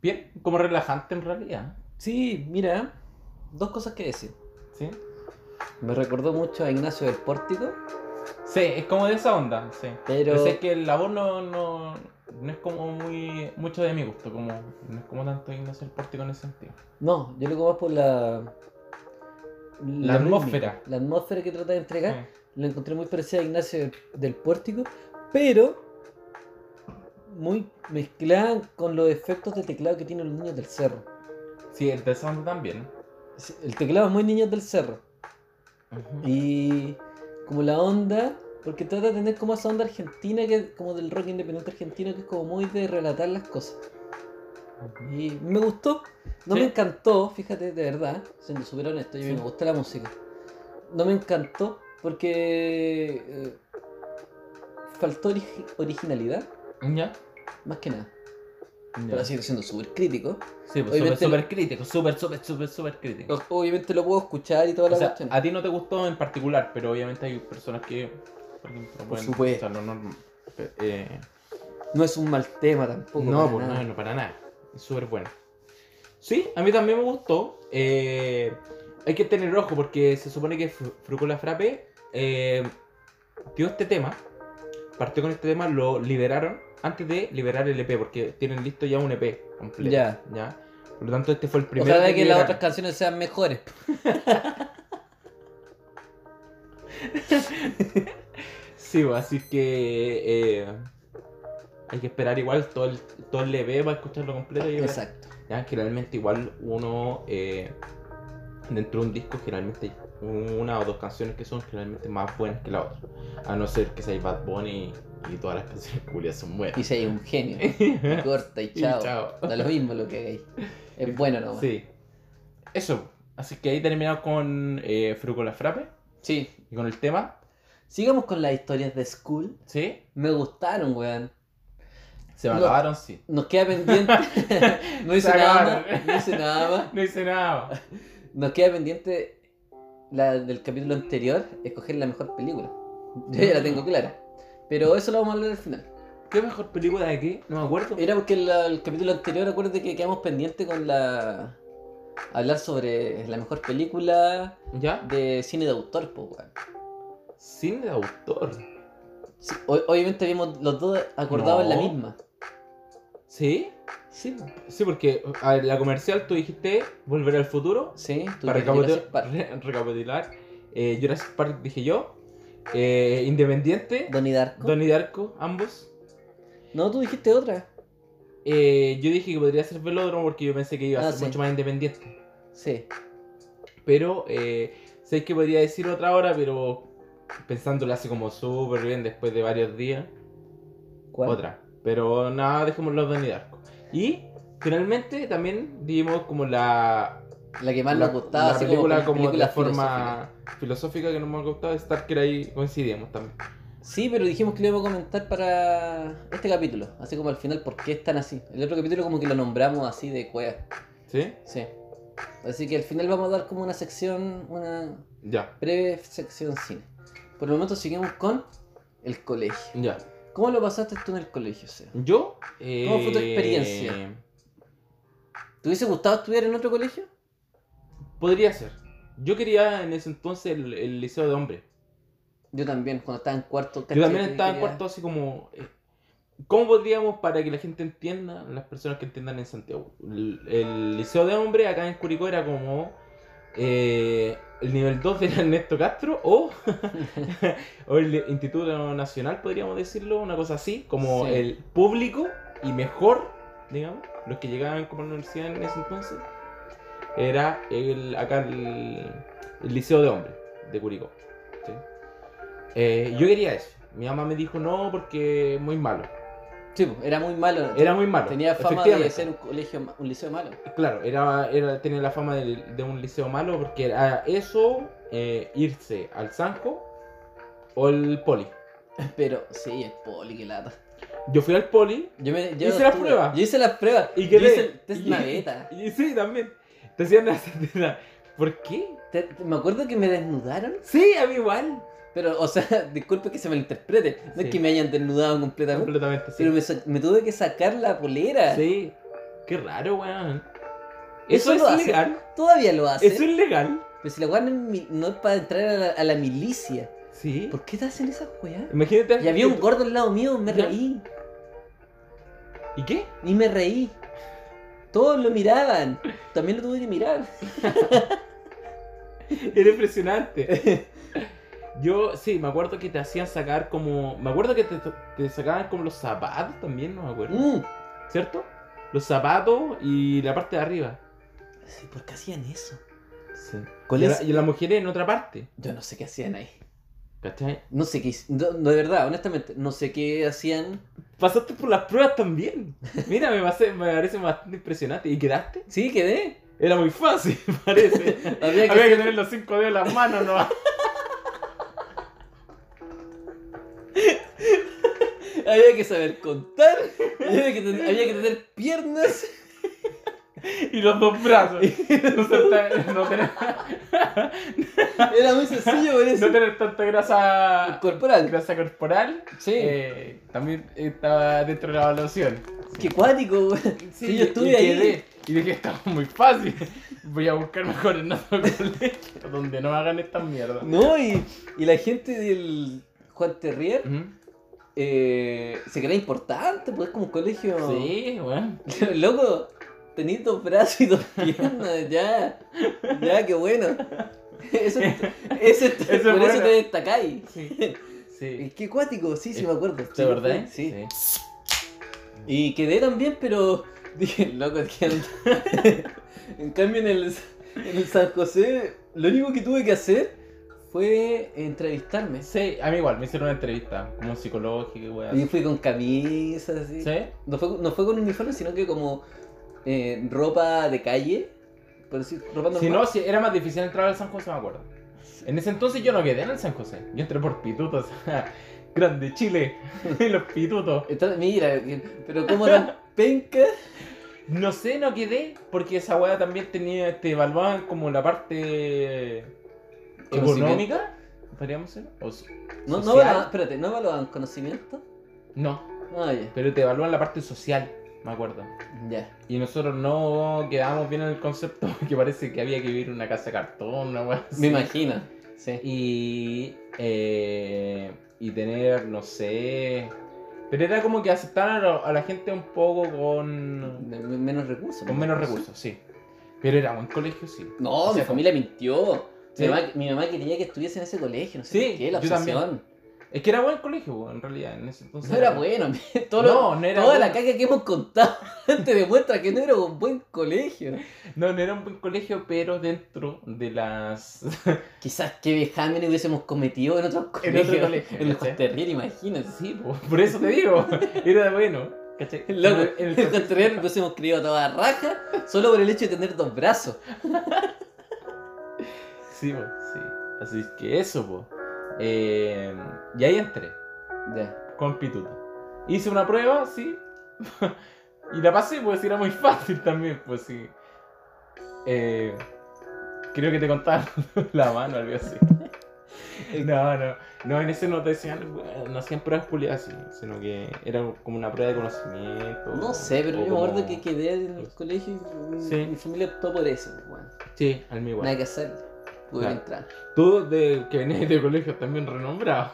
Speaker 1: Bien, como relajante en realidad.
Speaker 2: Sí, mira, dos cosas que decir.
Speaker 1: ¿Sí?
Speaker 2: Me recordó mucho a Ignacio del Pórtico,
Speaker 1: Sí, es como de esa onda, sí.
Speaker 2: pero...
Speaker 1: Pero sé que la voz no, no, no es como muy mucho de mi gusto, como no es como tanto Ignacio el Pórtico en ese sentido.
Speaker 2: No, yo lo que más por la... La,
Speaker 1: atmósfera.
Speaker 2: rítmica, La atmósfera que trata de entregar.
Speaker 1: Sí.
Speaker 2: Lo encontré muy parecido a Ignacio del, del Pórtico, pero muy mezclada con los efectos de teclado que tienen los niños del cerro.
Speaker 1: Sí, el de esa onda también.
Speaker 2: Sí, El teclado es muy niños del cerro.
Speaker 1: Ujú.
Speaker 2: Y como la onda, porque trata de tener como esa onda argentina, que como del rock independiente argentino, que es como muy de relatar las cosas. Y me gustó, no
Speaker 1: Sí.
Speaker 2: me encantó, fíjate, de verdad, siendo súper honesto, yo
Speaker 1: Sí.
Speaker 2: me gusta la música. No me encantó porque eh, faltó origi- originalidad,
Speaker 1: ¿Ya?
Speaker 2: más que nada.
Speaker 1: Ya.
Speaker 2: Pero sigo siendo súper crítico.
Speaker 1: Sí, pues súper,
Speaker 2: Obviamente-
Speaker 1: súper crítico, súper, súper, súper, súper crítico.
Speaker 2: O- Obviamente lo puedo escuchar y toda la
Speaker 1: O sea,
Speaker 2: cuestión.
Speaker 1: a ti no te gustó en particular, pero obviamente hay personas que, por ejemplo, pueden
Speaker 2: supuesto.
Speaker 1: escucharlo norm- eh,
Speaker 2: No es un mal tema tampoco.
Speaker 1: no,
Speaker 2: para
Speaker 1: pues
Speaker 2: nada.
Speaker 1: no, no, para nada. Es súper bueno. Sí, a mí también me gustó. Eh, hay que tener ojo porque se supone que Fru- Frucola Frappe eh, dio este tema. Partió con este tema, lo liberaron antes de liberar el EP, porque tienen listo ya un EP completo.
Speaker 2: Ya.
Speaker 1: ¿ya? Por lo tanto, este fue el primero.
Speaker 2: Ojalá que, las
Speaker 1: liberaron.
Speaker 2: otras canciones sean mejores.
Speaker 1: Sí, pues, así que eh, hay que esperar igual todo el, todo el E EP para escucharlo completo. y ver.
Speaker 2: Exacto.
Speaker 1: Ya, generalmente igual uno eh, dentro de un disco generalmente hay una o dos canciones que son generalmente más buenas que la otra. A no ser que seáis Bad Bunny y todas las canciones culias son
Speaker 2: Y
Speaker 1: buenas.
Speaker 2: si hay un genio, corta y
Speaker 1: Y
Speaker 2: chao.
Speaker 1: chao.
Speaker 2: Da lo mismo lo que hagáis. Es bueno nomás.
Speaker 1: Sí. Eso. Así que ahí terminamos con eh, Frucola Frappe
Speaker 2: sí.
Speaker 1: y con el tema.
Speaker 2: Sigamos con las historias de School.
Speaker 1: ¿Sí?
Speaker 2: Me gustaron, weón.
Speaker 1: Se me
Speaker 2: No.
Speaker 1: acabaron, sí.
Speaker 2: Nos queda pendiente. no hice
Speaker 1: Se
Speaker 2: nada
Speaker 1: acabaron.
Speaker 2: más. No hice nada más.
Speaker 1: No hice nada. más.
Speaker 2: Nos queda pendiente la del capítulo anterior, escoger la mejor película. Yo ya la tengo clara. Pero eso lo vamos a hablar al final.
Speaker 1: ¿Qué mejor película de qué? No me acuerdo.
Speaker 2: Era porque la- el capítulo anterior, acuérdate que quedamos pendiente con la. Hablar sobre la mejor película
Speaker 1: ¿Ya?
Speaker 2: de cine de autor, pues, weón.
Speaker 1: Cine de autor.
Speaker 2: Sí, o- obviamente habíamos los dos acordados en la
Speaker 1: No.
Speaker 2: misma.
Speaker 1: ¿Sí?
Speaker 2: Sí,
Speaker 1: Sí, porque a ver, la comercial tú dijiste volver al futuro.
Speaker 2: sí, tú
Speaker 1: Para
Speaker 2: te
Speaker 1: recapitu-
Speaker 2: Jurassic Park.
Speaker 1: re- recapitular, eh, Jurassic Park dije yo, eh, Independiente,
Speaker 2: Donnie Darko.
Speaker 1: Donnie Darko, ambos.
Speaker 2: No, tú dijiste otra.
Speaker 1: Eh, yo dije que podría ser Velódromo porque yo pensé que iba a
Speaker 2: Ah,
Speaker 1: ser
Speaker 2: sí.
Speaker 1: mucho más independiente.
Speaker 2: Sí.
Speaker 1: Pero eh, sé que podría decir otra hora, pero pensándolo así como súper bien después de varios días,
Speaker 2: ¿Cuál?
Speaker 1: otra. Pero nada, dejémoslo Donnie Darko. Y finalmente también dimos como la
Speaker 2: La que más
Speaker 1: la,
Speaker 2: nos gustaba.
Speaker 1: la
Speaker 2: así
Speaker 1: película como, de
Speaker 2: película
Speaker 1: forma filosófica. que no me gustado Star que ahí coincidimos también.
Speaker 2: Sí, pero dijimos que lo íbamos a comentar para este capítulo, así como al final, ¿por qué están así? El otro capítulo como que lo nombramos así de cueva,
Speaker 1: ¿Sí?
Speaker 2: sí. Así que al final vamos a dar como una sección, una
Speaker 1: Ya,
Speaker 2: breve sección cine. Por el momento seguimos con el colegio.
Speaker 1: ya.
Speaker 2: ¿Cómo lo pasaste tú en el colegio, Seba?
Speaker 1: Yo. eh,
Speaker 2: ¿Cómo fue tu experiencia? ¿Te hubiese gustado estudiar en otro colegio?
Speaker 1: Podría ser. Yo quería en ese entonces el, el liceo de hombres.
Speaker 2: Yo también, cuando estaba en cuarto.
Speaker 1: Yo
Speaker 2: caché
Speaker 1: también
Speaker 2: que
Speaker 1: estaba en
Speaker 2: quería-
Speaker 1: cuarto así como. eh, ¿Cómo podríamos para que la gente entienda, las personas que entiendan en Santiago? El, el liceo de hombres acá en Curicó era como. eh, el nivel 2 de Ernesto Castro o o el Instituto Nacional, podríamos decirlo, una cosa así, como
Speaker 2: Sí.
Speaker 1: el público y mejor, digamos, los que llegaban como a la universidad en ese entonces, era el, acá el, el Liceo de Hombres de Curicó. ¿sí? Eh, yo quería eso. Mi mamá me dijo no porque es muy malo.
Speaker 2: Sí, pues, era muy malo.
Speaker 1: Era muy malo.
Speaker 2: Tenía fama de
Speaker 1: efectivamente.
Speaker 2: ser un colegio, ma- un liceo malo.
Speaker 1: Claro, era, era, tenía la fama del- de un liceo malo porque era eso, eh, irse al Sanjo o el Poli.
Speaker 2: Pero sí, el poli, que lata.
Speaker 1: Yo fui al Poli
Speaker 2: Yo, me,
Speaker 1: Hice
Speaker 2: yo
Speaker 1: las
Speaker 2: estuve-
Speaker 1: pruebas.
Speaker 2: Yo hice las pruebas.
Speaker 1: Y
Speaker 2: yo
Speaker 1: quedé.
Speaker 2: hice el test
Speaker 1: Y-
Speaker 2: naveta.
Speaker 1: Y sí, también. Te hacían la sardina. ¿Por qué?
Speaker 2: Te- te- me acuerdo que me desnudaron.
Speaker 1: Sí, a mí igual.
Speaker 2: Pero, o sea, disculpe que se malinterprete. No
Speaker 1: Sí.
Speaker 2: es que me hayan desnudado completamente.
Speaker 1: Completamente, sí.
Speaker 2: Pero me, sa- me tuve que sacar la polera.
Speaker 1: Sí. Qué raro, weón.
Speaker 2: Eso
Speaker 1: Eso,
Speaker 2: lo
Speaker 1: es
Speaker 2: hace.
Speaker 1: ilegal.
Speaker 2: Todavía lo hace.
Speaker 1: Eso es legal.
Speaker 2: Pero si la weá no, es mi- no es para entrar a la, a la milicia.
Speaker 1: Sí.
Speaker 2: ¿Por qué te hacen esas weá?
Speaker 1: Imagínate.
Speaker 2: Y había
Speaker 1: que
Speaker 2: un
Speaker 1: tú-
Speaker 2: gordo al lado mío, me
Speaker 1: Ya.
Speaker 2: reí.
Speaker 1: ¿Y qué?
Speaker 2: Y me reí. Todos lo miraban. También lo tuve que mirar.
Speaker 1: Era impresionante. Yo, sí, me acuerdo que te hacían sacar como. Me acuerdo que te, te sacaban como los zapatos también, no me acuerdo.
Speaker 2: Mm.
Speaker 1: ¿Cierto? Los zapatos y la parte de arriba.
Speaker 2: Sí, ¿Por qué hacían eso?
Speaker 1: Sí.
Speaker 2: ¿Cuál
Speaker 1: y,
Speaker 2: es?
Speaker 1: la- y las mujeres en otra parte.
Speaker 2: Yo no sé qué hacían ahí.
Speaker 1: ¿Cachai?
Speaker 2: No sé qué hic- no, no, de verdad, honestamente, no sé qué hacían.
Speaker 1: Pasaste por las pruebas también. Mira, me, pasé- me parece bastante impresionante. ¿Y quedaste?
Speaker 2: Sí, quedé.
Speaker 1: Era muy fácil, parece.
Speaker 2: Había que
Speaker 1: Había que
Speaker 2: hacer-
Speaker 1: tener los cinco dedos en las manos, ¿no?
Speaker 2: Había que saber contar, había que, ten- había que tener piernas.
Speaker 1: Y los dos brazos. No, ser tan- no tener,
Speaker 2: Era muy sencillo por eso.
Speaker 1: no tener tanta grasa,
Speaker 2: Corporal.
Speaker 1: grasa corporal.
Speaker 2: Sí.
Speaker 1: eh, también estaba dentro de la evaluación.
Speaker 2: Qué cuático, güey. Sí, yo
Speaker 1: y-
Speaker 2: estuve
Speaker 1: y
Speaker 2: ahí.
Speaker 1: quedé. Y dije, estaba muy fácil. Voy a buscar mejor en otro colegio donde no hagan esta mierda.
Speaker 2: No, y, y la gente del Juan Terrier
Speaker 1: Ujú.
Speaker 2: eh, se crea importante, pues es como un colegio.
Speaker 1: Sí, bueno.
Speaker 2: Loco, tenés dos brazos y dos piernas, ya. Ya, qué bueno. Eso, eso,
Speaker 1: es
Speaker 2: por
Speaker 1: bueno.
Speaker 2: eso te destacáis.
Speaker 1: Sí. Sí.
Speaker 2: Qué cuático, sí, sí, me acuerdo.
Speaker 1: ¿De
Speaker 2: Sí,
Speaker 1: verdad? eh?
Speaker 2: Sí. Y quedé también, pero dije, loco, es que ando- En cambio, en el, en el San José, lo único que tuve que hacer fue entrevistarme.
Speaker 1: Sí, a mí igual, me hicieron una entrevista, como psicológica y weá.
Speaker 2: Y fui con camisas, así.
Speaker 1: ¿Sí?
Speaker 2: No, fue, no fue con uniforme, sino que como eh, ropa de calle. Por decir, ropa normal.
Speaker 1: Si no, si era más difícil entrar al San José, me acuerdo. En ese entonces yo no quedé en el San José. Yo entré por pitutos. Grande Chile. Los pitutos.
Speaker 2: Entonces, mira, pero como tan penca.
Speaker 1: No sé, no quedé. Porque esa weá también tenía. Te evaluaban como la parte. económica. Podríamos decir. O so-
Speaker 2: No, no
Speaker 1: social.
Speaker 2: evaluaban, espérate, ¿no evaluaban conocimiento?
Speaker 1: No,
Speaker 2: Ah, ya.
Speaker 1: pero te evaluaban la parte social, me acuerdo.
Speaker 2: Ya.
Speaker 1: Y nosotros no quedábamos bien en el concepto. Que parece que había que vivir en una casa de cartón, una weá. así.
Speaker 2: Me imagino. Sí.
Speaker 1: y, eh, y tener, no sé. Pero era como que aceptaran a, lo- a la gente un poco con,
Speaker 2: De- de menos recursos.
Speaker 1: con menos recursos, sí. Pero era buen colegio, sí.
Speaker 2: No,
Speaker 1: O
Speaker 2: mi
Speaker 1: sea,
Speaker 2: familia mintió.
Speaker 1: Sí.
Speaker 2: Mi, mamá, mi mamá quería que estuviese en ese colegio, no sé
Speaker 1: Sí,
Speaker 2: por qué, la
Speaker 1: yo también.
Speaker 2: obsesión.
Speaker 1: Es que era buen colegio, po, en realidad, en ese entonces.
Speaker 2: No era bueno, todo lo-
Speaker 1: No, no era
Speaker 2: toda la
Speaker 1: bueno.
Speaker 2: caca que hemos contado te demuestra que no era un buen colegio.
Speaker 1: No, no era un buen colegio, pero dentro de las.
Speaker 2: Quizás qué vejámenes hubiésemos cometido en otros
Speaker 1: En otro
Speaker 2: colegios. En,
Speaker 1: colegio,
Speaker 2: los
Speaker 1: ¿cachai?
Speaker 2: Costerrier, imagínate.
Speaker 1: Sí, po, por eso te digo, era bueno. ¿cachai?
Speaker 2: Loco,
Speaker 1: En
Speaker 2: en
Speaker 1: el-
Speaker 2: los Costerrier nos hubiésemos criado a toda raja solo por el hecho de tener dos brazos.
Speaker 1: Sí, po, sí. Así que eso, po. Eh, y ahí entré.
Speaker 2: Ya.
Speaker 1: con pituto. Hice una prueba, sí. y la pasé, pues era muy fácil también, pues sí. Eh, creo que te contaban la mano, algo así. No, no, no, en ese no te decían, bueno, no hacían pruebas culiadas así, sino que era como una prueba de conocimiento.
Speaker 2: No sé, pero
Speaker 1: o
Speaker 2: yo me
Speaker 1: como-
Speaker 2: acuerdo que quedé en el colegio y mi-
Speaker 1: Sí.
Speaker 2: mi familia optó por eso. Bueno,
Speaker 1: Sí, al mío
Speaker 2: nada
Speaker 1: igual.
Speaker 2: que hacer. Pude
Speaker 1: Claro.
Speaker 2: entrar.
Speaker 1: Tú, de, que venías de colegio también renombrado.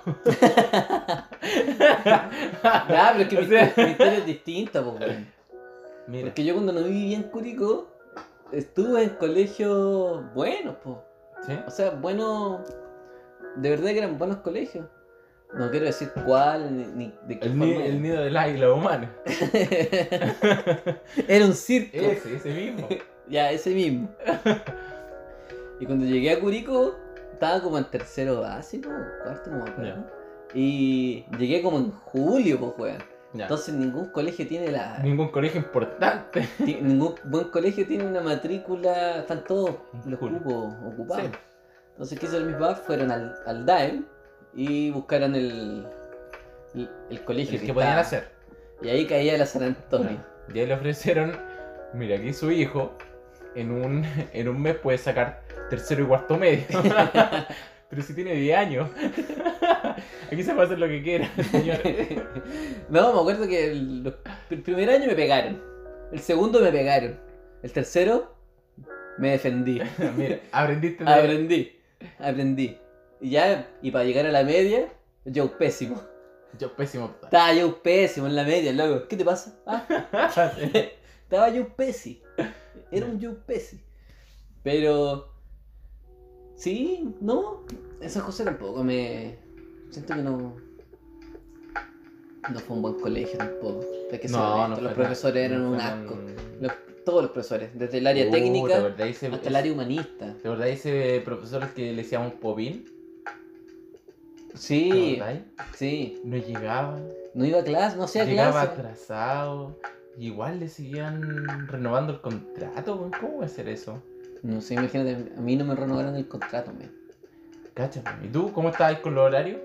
Speaker 2: Ya, pero es que mi,
Speaker 1: O sea-
Speaker 2: mi historia es distinta, po, weón.
Speaker 1: Mira,
Speaker 2: Porque yo cuando no vivía en Curicó, estuve en colegios buenos, po.
Speaker 1: ¿sí?
Speaker 2: O sea, buenos. De verdad que eran buenos colegios. No quiero decir cuál ni, ni de qué
Speaker 1: El, ni-
Speaker 2: forma.
Speaker 1: el nido del águila humana.
Speaker 2: Era un circo.
Speaker 1: Ese, ese mismo.
Speaker 2: Ya, ese mismo. y cuando llegué a Curicó, estaba como en tercero básico, cuarto, no me acuerdo. Y llegué como en julio, pues, weón.
Speaker 1: Ya.
Speaker 2: Entonces ningún colegio tiene la.
Speaker 1: Ningún colegio importante.
Speaker 2: Ti- Ningún buen colegio tiene una matrícula, están todos los
Speaker 1: Cool.
Speaker 2: cupos ocupados.
Speaker 1: Sí.
Speaker 2: Entonces, ¿qué hicieron mis papás? Fueron al, al DAEM y buscaron el, el, el colegio
Speaker 1: El que
Speaker 2: podían
Speaker 1: podían hacer.
Speaker 2: Y ahí caía la San Antonio.
Speaker 1: Y ahí le ofrecieron, mira, aquí su hijo, en un, en un mes puede sacar tercero y cuarto medio. Pero si tiene 10 años. Aquí se puede hacer lo que quiera, señor.
Speaker 2: no, me acuerdo que el, los- el primer año me pegaron. El segundo me pegaron. El tercero me defendí.
Speaker 1: Mira, aprendiste de...
Speaker 2: aprendí. Aprendí. Y ya, y para llegar a la media, yo pésimo.
Speaker 1: Yo pésimo.
Speaker 2: Estaba yo pésimo en la media, loco. ¿Qué te pasa? Ah, Estaba Joe Pesci. Era un Joe Pesci. Pero. Sí, no. Esas cosas tampoco me. Siento que no. No fue un buen colegio tampoco. Es que no,
Speaker 1: fue
Speaker 2: los
Speaker 1: nada.
Speaker 2: profesores eran
Speaker 1: No
Speaker 2: un
Speaker 1: fue
Speaker 2: asco.
Speaker 1: tan-
Speaker 2: Los- todos los profesores, desde el área
Speaker 1: Uh, ¿Te
Speaker 2: técnica
Speaker 1: acordás ese,
Speaker 2: hasta el área humanista.
Speaker 1: ¿Te acordás ese profesor al que le decíamos Popín?
Speaker 2: Sí,
Speaker 1: ¿Te acordás?
Speaker 2: sí.
Speaker 1: No llegaba.
Speaker 2: No iba a clase, no hacía
Speaker 1: llegaba
Speaker 2: clase.
Speaker 1: atrasado. y Igual le seguían renovando el contrato. weón. ¿Cómo va a ser eso?
Speaker 2: No sé, imagínate, a mí no me renovaron el contrato, me.
Speaker 1: Cacha, weón. ¿y tú cómo estabas con los horarios?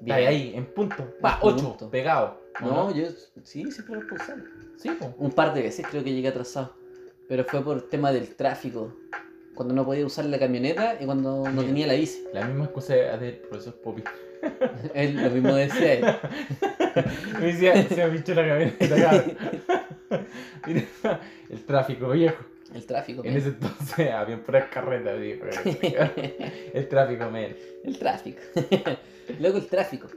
Speaker 1: Estás ahí, en punto. Pa,
Speaker 2: En
Speaker 1: 8,
Speaker 2: punto.
Speaker 1: pegado. ¿o
Speaker 2: No, yo sí, siempre lo pulsaba.
Speaker 1: Sí, pues. po.
Speaker 2: Un par de veces creo que llegué atrasado. Pero fue por tema del tráfico. Cuando no podía usar la camioneta y cuando no
Speaker 1: Bien.
Speaker 2: tenía la bici.
Speaker 1: La misma excusa del profesor Popín.
Speaker 2: Él lo mismo decía él.
Speaker 1: Me decía, se me pinchó la camioneta, cabrón. Mira, el tráfico, viejo.
Speaker 2: El tráfico.
Speaker 1: En
Speaker 2: men.
Speaker 1: ese entonces había puras carretas, viejo. El tráfico, men.
Speaker 2: el tráfico. Luego el tráfico.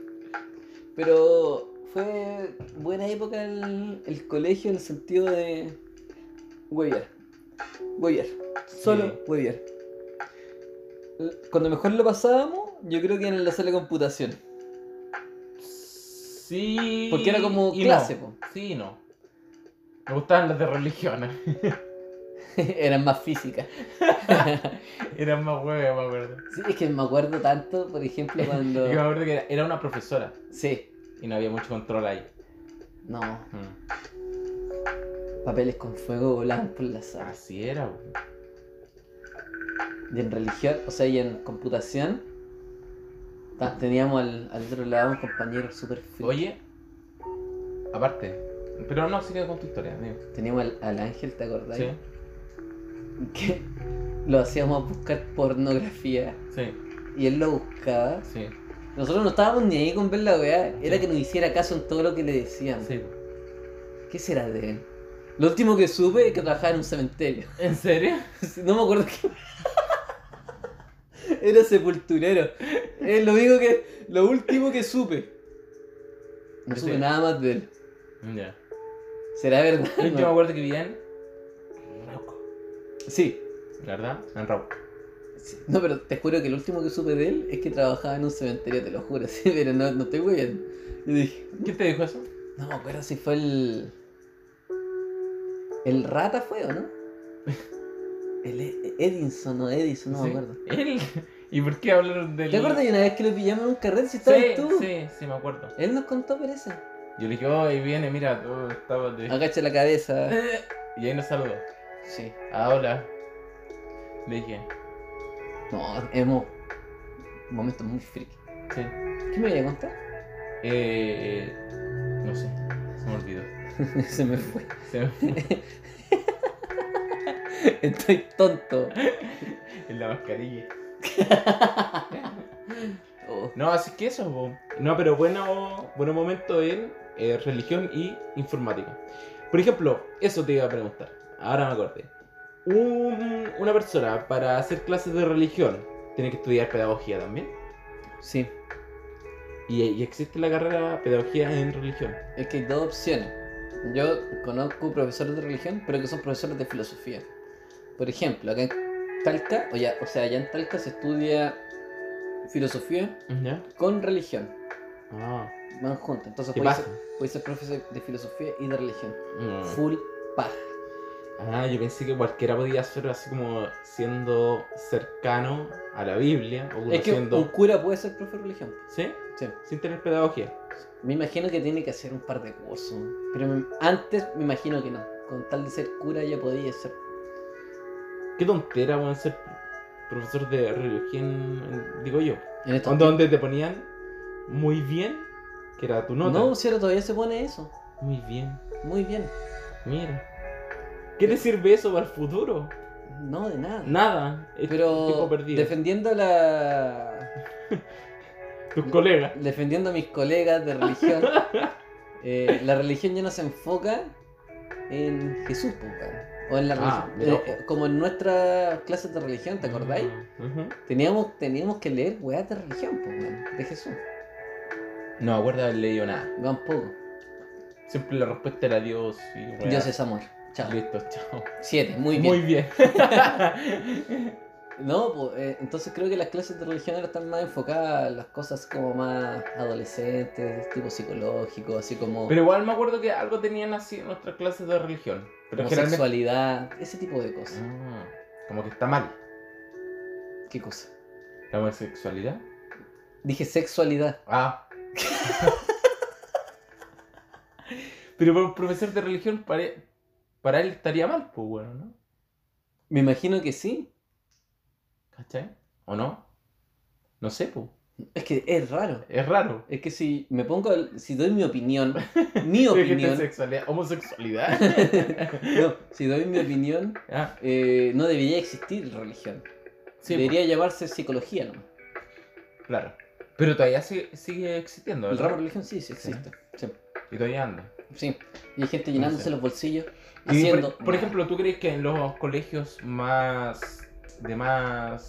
Speaker 2: Pero fue buena época el, el colegio en el sentido de hueviar. Hueviar. Solo
Speaker 1: Sí.
Speaker 2: hueviar. Cuando mejor lo pasábamos, yo creo que en la sala de computación.
Speaker 1: Sí.
Speaker 2: Porque era como
Speaker 1: y
Speaker 2: clase,
Speaker 1: no.
Speaker 2: po.
Speaker 1: Sí, y no. Me gustaban las de ¿eh? religiones.
Speaker 2: Eran más físicas.
Speaker 1: Eran más huevas, me acuerdo.
Speaker 2: Sí, es que me acuerdo tanto, por ejemplo,
Speaker 1: Yo
Speaker 2: cuando.
Speaker 1: me acuerdo que era, era una profesora
Speaker 2: Sí,
Speaker 1: y no había mucho control ahí.
Speaker 2: no,
Speaker 1: Mm.
Speaker 2: papeles con fuego volaban por las sala.
Speaker 1: Así era, weón.
Speaker 2: Y en religión, o sea, y en computación, ta- teníamos al, al otro lado un compañero súper frío.
Speaker 1: Oye, aparte. Pero no, sigue con tu historia, amigo.
Speaker 2: Teníamos al, al ángel, ¿te acordás?
Speaker 1: Sí,
Speaker 2: Que lo hacíamos buscar pornografía.
Speaker 1: sí,
Speaker 2: Y él lo buscaba.
Speaker 1: sí.
Speaker 2: Nosotros no estábamos ni ahí con ver la weá. Era
Speaker 1: Sí.
Speaker 2: que nos hiciera caso en todo lo que le decíamos.
Speaker 1: sí. po.
Speaker 2: ¿Qué será de él? Lo último que supe es que trabajaba en un cementerio.
Speaker 1: ¿En serio?
Speaker 2: Sí, No me acuerdo qué. Era sepulturero. Es lo único que. Lo último que supe. No
Speaker 1: Sí.
Speaker 2: supe nada más de él.
Speaker 1: Ya.
Speaker 2: ¿Será verdad?
Speaker 1: Yo me
Speaker 2: No.
Speaker 1: acuerdo que vivían en Rauco.
Speaker 2: Sí.
Speaker 1: La verdad, en Rauco.
Speaker 2: Sí. No, pero te juro que lo último que supe de él es que trabajaba en un cementerio, te lo juro. Sí, pero no, no estoy bien. Yo dije.
Speaker 1: ¿Quién te dijo eso?
Speaker 2: No me acuerdo si fue el. El rata fue o no? El E- Edinson o Edison, no me
Speaker 1: Sí.
Speaker 2: acuerdo.
Speaker 1: Él. ¿Y por qué hablaron del.?
Speaker 2: ¿Te acuerdas de una vez que lo pillamos en un carrete si estabas
Speaker 1: Sí,
Speaker 2: tú?
Speaker 1: sí, sí, me acuerdo.
Speaker 2: Él nos contó por eso.
Speaker 1: Yo le dije, oh, ahí viene, mira, tú estabas de.
Speaker 2: Agacha la cabeza.
Speaker 1: Eh. Y ahí nos saludó.
Speaker 2: Sí.
Speaker 1: Ah, hola. Le dije,
Speaker 2: No, hemos. Un momento muy friki.
Speaker 1: sí.
Speaker 2: ¿Qué me voy a contar?
Speaker 1: Eh. No sé, se me olvidó.
Speaker 2: Se me fue.
Speaker 1: Se me-
Speaker 2: Estoy tonto.
Speaker 1: en la mascarilla.
Speaker 2: Oh,
Speaker 1: No, así que eso. po. No, pero bueno, buen momento en eh, religión y informática. Por ejemplo, eso te iba a preguntar. Ahora me acordé. Un- una persona para hacer clases de religión tiene que estudiar pedagogía también.
Speaker 2: sí.
Speaker 1: Y, y existe la carrera pedagogía en religión.
Speaker 2: Es que hay dos opciones. Yo conozco profesores de religión, pero que son profesores de filosofía. Por ejemplo, acá en Talca, o, ya, o sea, allá en Talca se estudia filosofía
Speaker 1: ¿Ya?
Speaker 2: con religión.
Speaker 1: Ah,
Speaker 2: Van juntas. Entonces
Speaker 1: ¿qué
Speaker 2: puedes
Speaker 1: pasa?
Speaker 2: ser, puedes ser profesor de filosofía y de religión.
Speaker 1: Mm.
Speaker 2: Full paja.
Speaker 1: Ah, yo pensé que cualquiera podía ser así como siendo cercano a la Biblia o
Speaker 2: Es que
Speaker 1: conociendo-
Speaker 2: un cura puede ser profe de religión.
Speaker 1: ¿Sí?
Speaker 2: Sí.
Speaker 1: Sin tener pedagogía.
Speaker 2: Me imagino que tiene que hacer un par de cursos. Pero me- antes me imagino que no. Con tal de ser cura ya podía ser.
Speaker 1: Qué tontera, weón, ser profesor de religión, en- digo yo.
Speaker 2: En estos
Speaker 1: Cuando Donde te ponían muy bien, que era tu
Speaker 2: No,
Speaker 1: nota.
Speaker 2: no cierto, todavía se pone eso.
Speaker 1: Muy bien,
Speaker 2: Muy bien.
Speaker 1: mira. ¿Qué te sirve eso para el futuro?
Speaker 2: No, de nada.
Speaker 1: Nada. Es
Speaker 2: Pero
Speaker 1: tiempo perdido.
Speaker 2: defendiendo la.
Speaker 1: Tus colegas.
Speaker 2: Defendiendo a mis colegas de religión. eh, la religión ya no se enfoca en Jesús, po, weón. O en la
Speaker 1: Ah,
Speaker 2: religión.
Speaker 1: mira.
Speaker 2: eh, como en nuestras clases de religión, ¿te acordáis?
Speaker 1: Mm, Ujú.
Speaker 2: Teníamos, teníamos que leer weas de religión, po, weón, de Jesús.
Speaker 1: No me acuerdo de haber leído nada.
Speaker 2: Yo Tampoco.
Speaker 1: Siempre la respuesta era Dios y weá.
Speaker 2: Dios es amor. Chao.
Speaker 1: Listo, chao.
Speaker 2: Siete, muy bien.
Speaker 1: Muy bien.
Speaker 2: No, pues, eh, entonces creo que las clases de religión ahora están más enfocadas a las cosas como más adolescentes, tipo psicológico, así como
Speaker 1: Pero igual me acuerdo que algo tenían así en nuestras clases de religión. Pero generalmente.
Speaker 2: homosexualidad, ese tipo de cosas.
Speaker 1: Ah, como que está mal.
Speaker 2: ¿Qué cosa?
Speaker 1: La homosexualidad.
Speaker 2: Dije sexualidad.
Speaker 1: Ah. Pero para un profesor de religión, para, para él estaría mal, pues bueno, ¿no?
Speaker 2: Me imagino que sí.
Speaker 1: ¿Cachai? ¿O no? No sé, pues.
Speaker 2: Es que es raro.
Speaker 1: Es raro.
Speaker 2: Es que si me pongo, al- si doy mi opinión, mi
Speaker 1: Pero que esta
Speaker 2: opinión,
Speaker 1: sexualidad- homosexualidad.
Speaker 2: no, si doy mi opinión,
Speaker 1: Ah,
Speaker 2: eh, no debería existir religión.
Speaker 1: sí, pues. po,
Speaker 2: debería llamarse psicología, ¿no?
Speaker 1: claro. Pero todavía sigue, sigue existiendo,
Speaker 2: El
Speaker 1: ¿verdad?
Speaker 2: ramo de religión sí, sí existe. Sí.
Speaker 1: Y todavía anda.
Speaker 2: Sí. Y hay gente llenándose
Speaker 1: sé.
Speaker 2: los bolsillos.
Speaker 1: Y
Speaker 2: Haciendo...
Speaker 1: por, por ejemplo, ¿tú crees que en los colegios más de más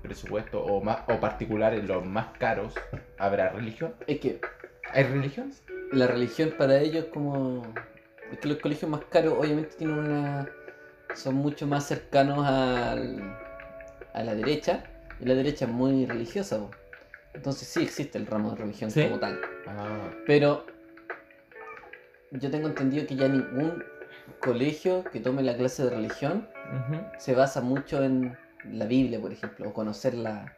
Speaker 1: presupuesto o más o particulares, los más caros, habrá religión?
Speaker 2: Es que
Speaker 1: ¿Hay religión?
Speaker 2: la religión para ellos es como... Es que los colegios más caros obviamente tienen una... Son mucho más cercanos al... a la derecha. Y la derecha es muy religiosa. po. Entonces sí existe el ramo de religión
Speaker 1: ¿Sí?
Speaker 2: como tal.
Speaker 1: Ah,
Speaker 2: Pero yo tengo entendido que ya ningún colegio que tome la clase de religión
Speaker 1: ujú.
Speaker 2: se basa mucho en la Biblia, por ejemplo, o conocer la,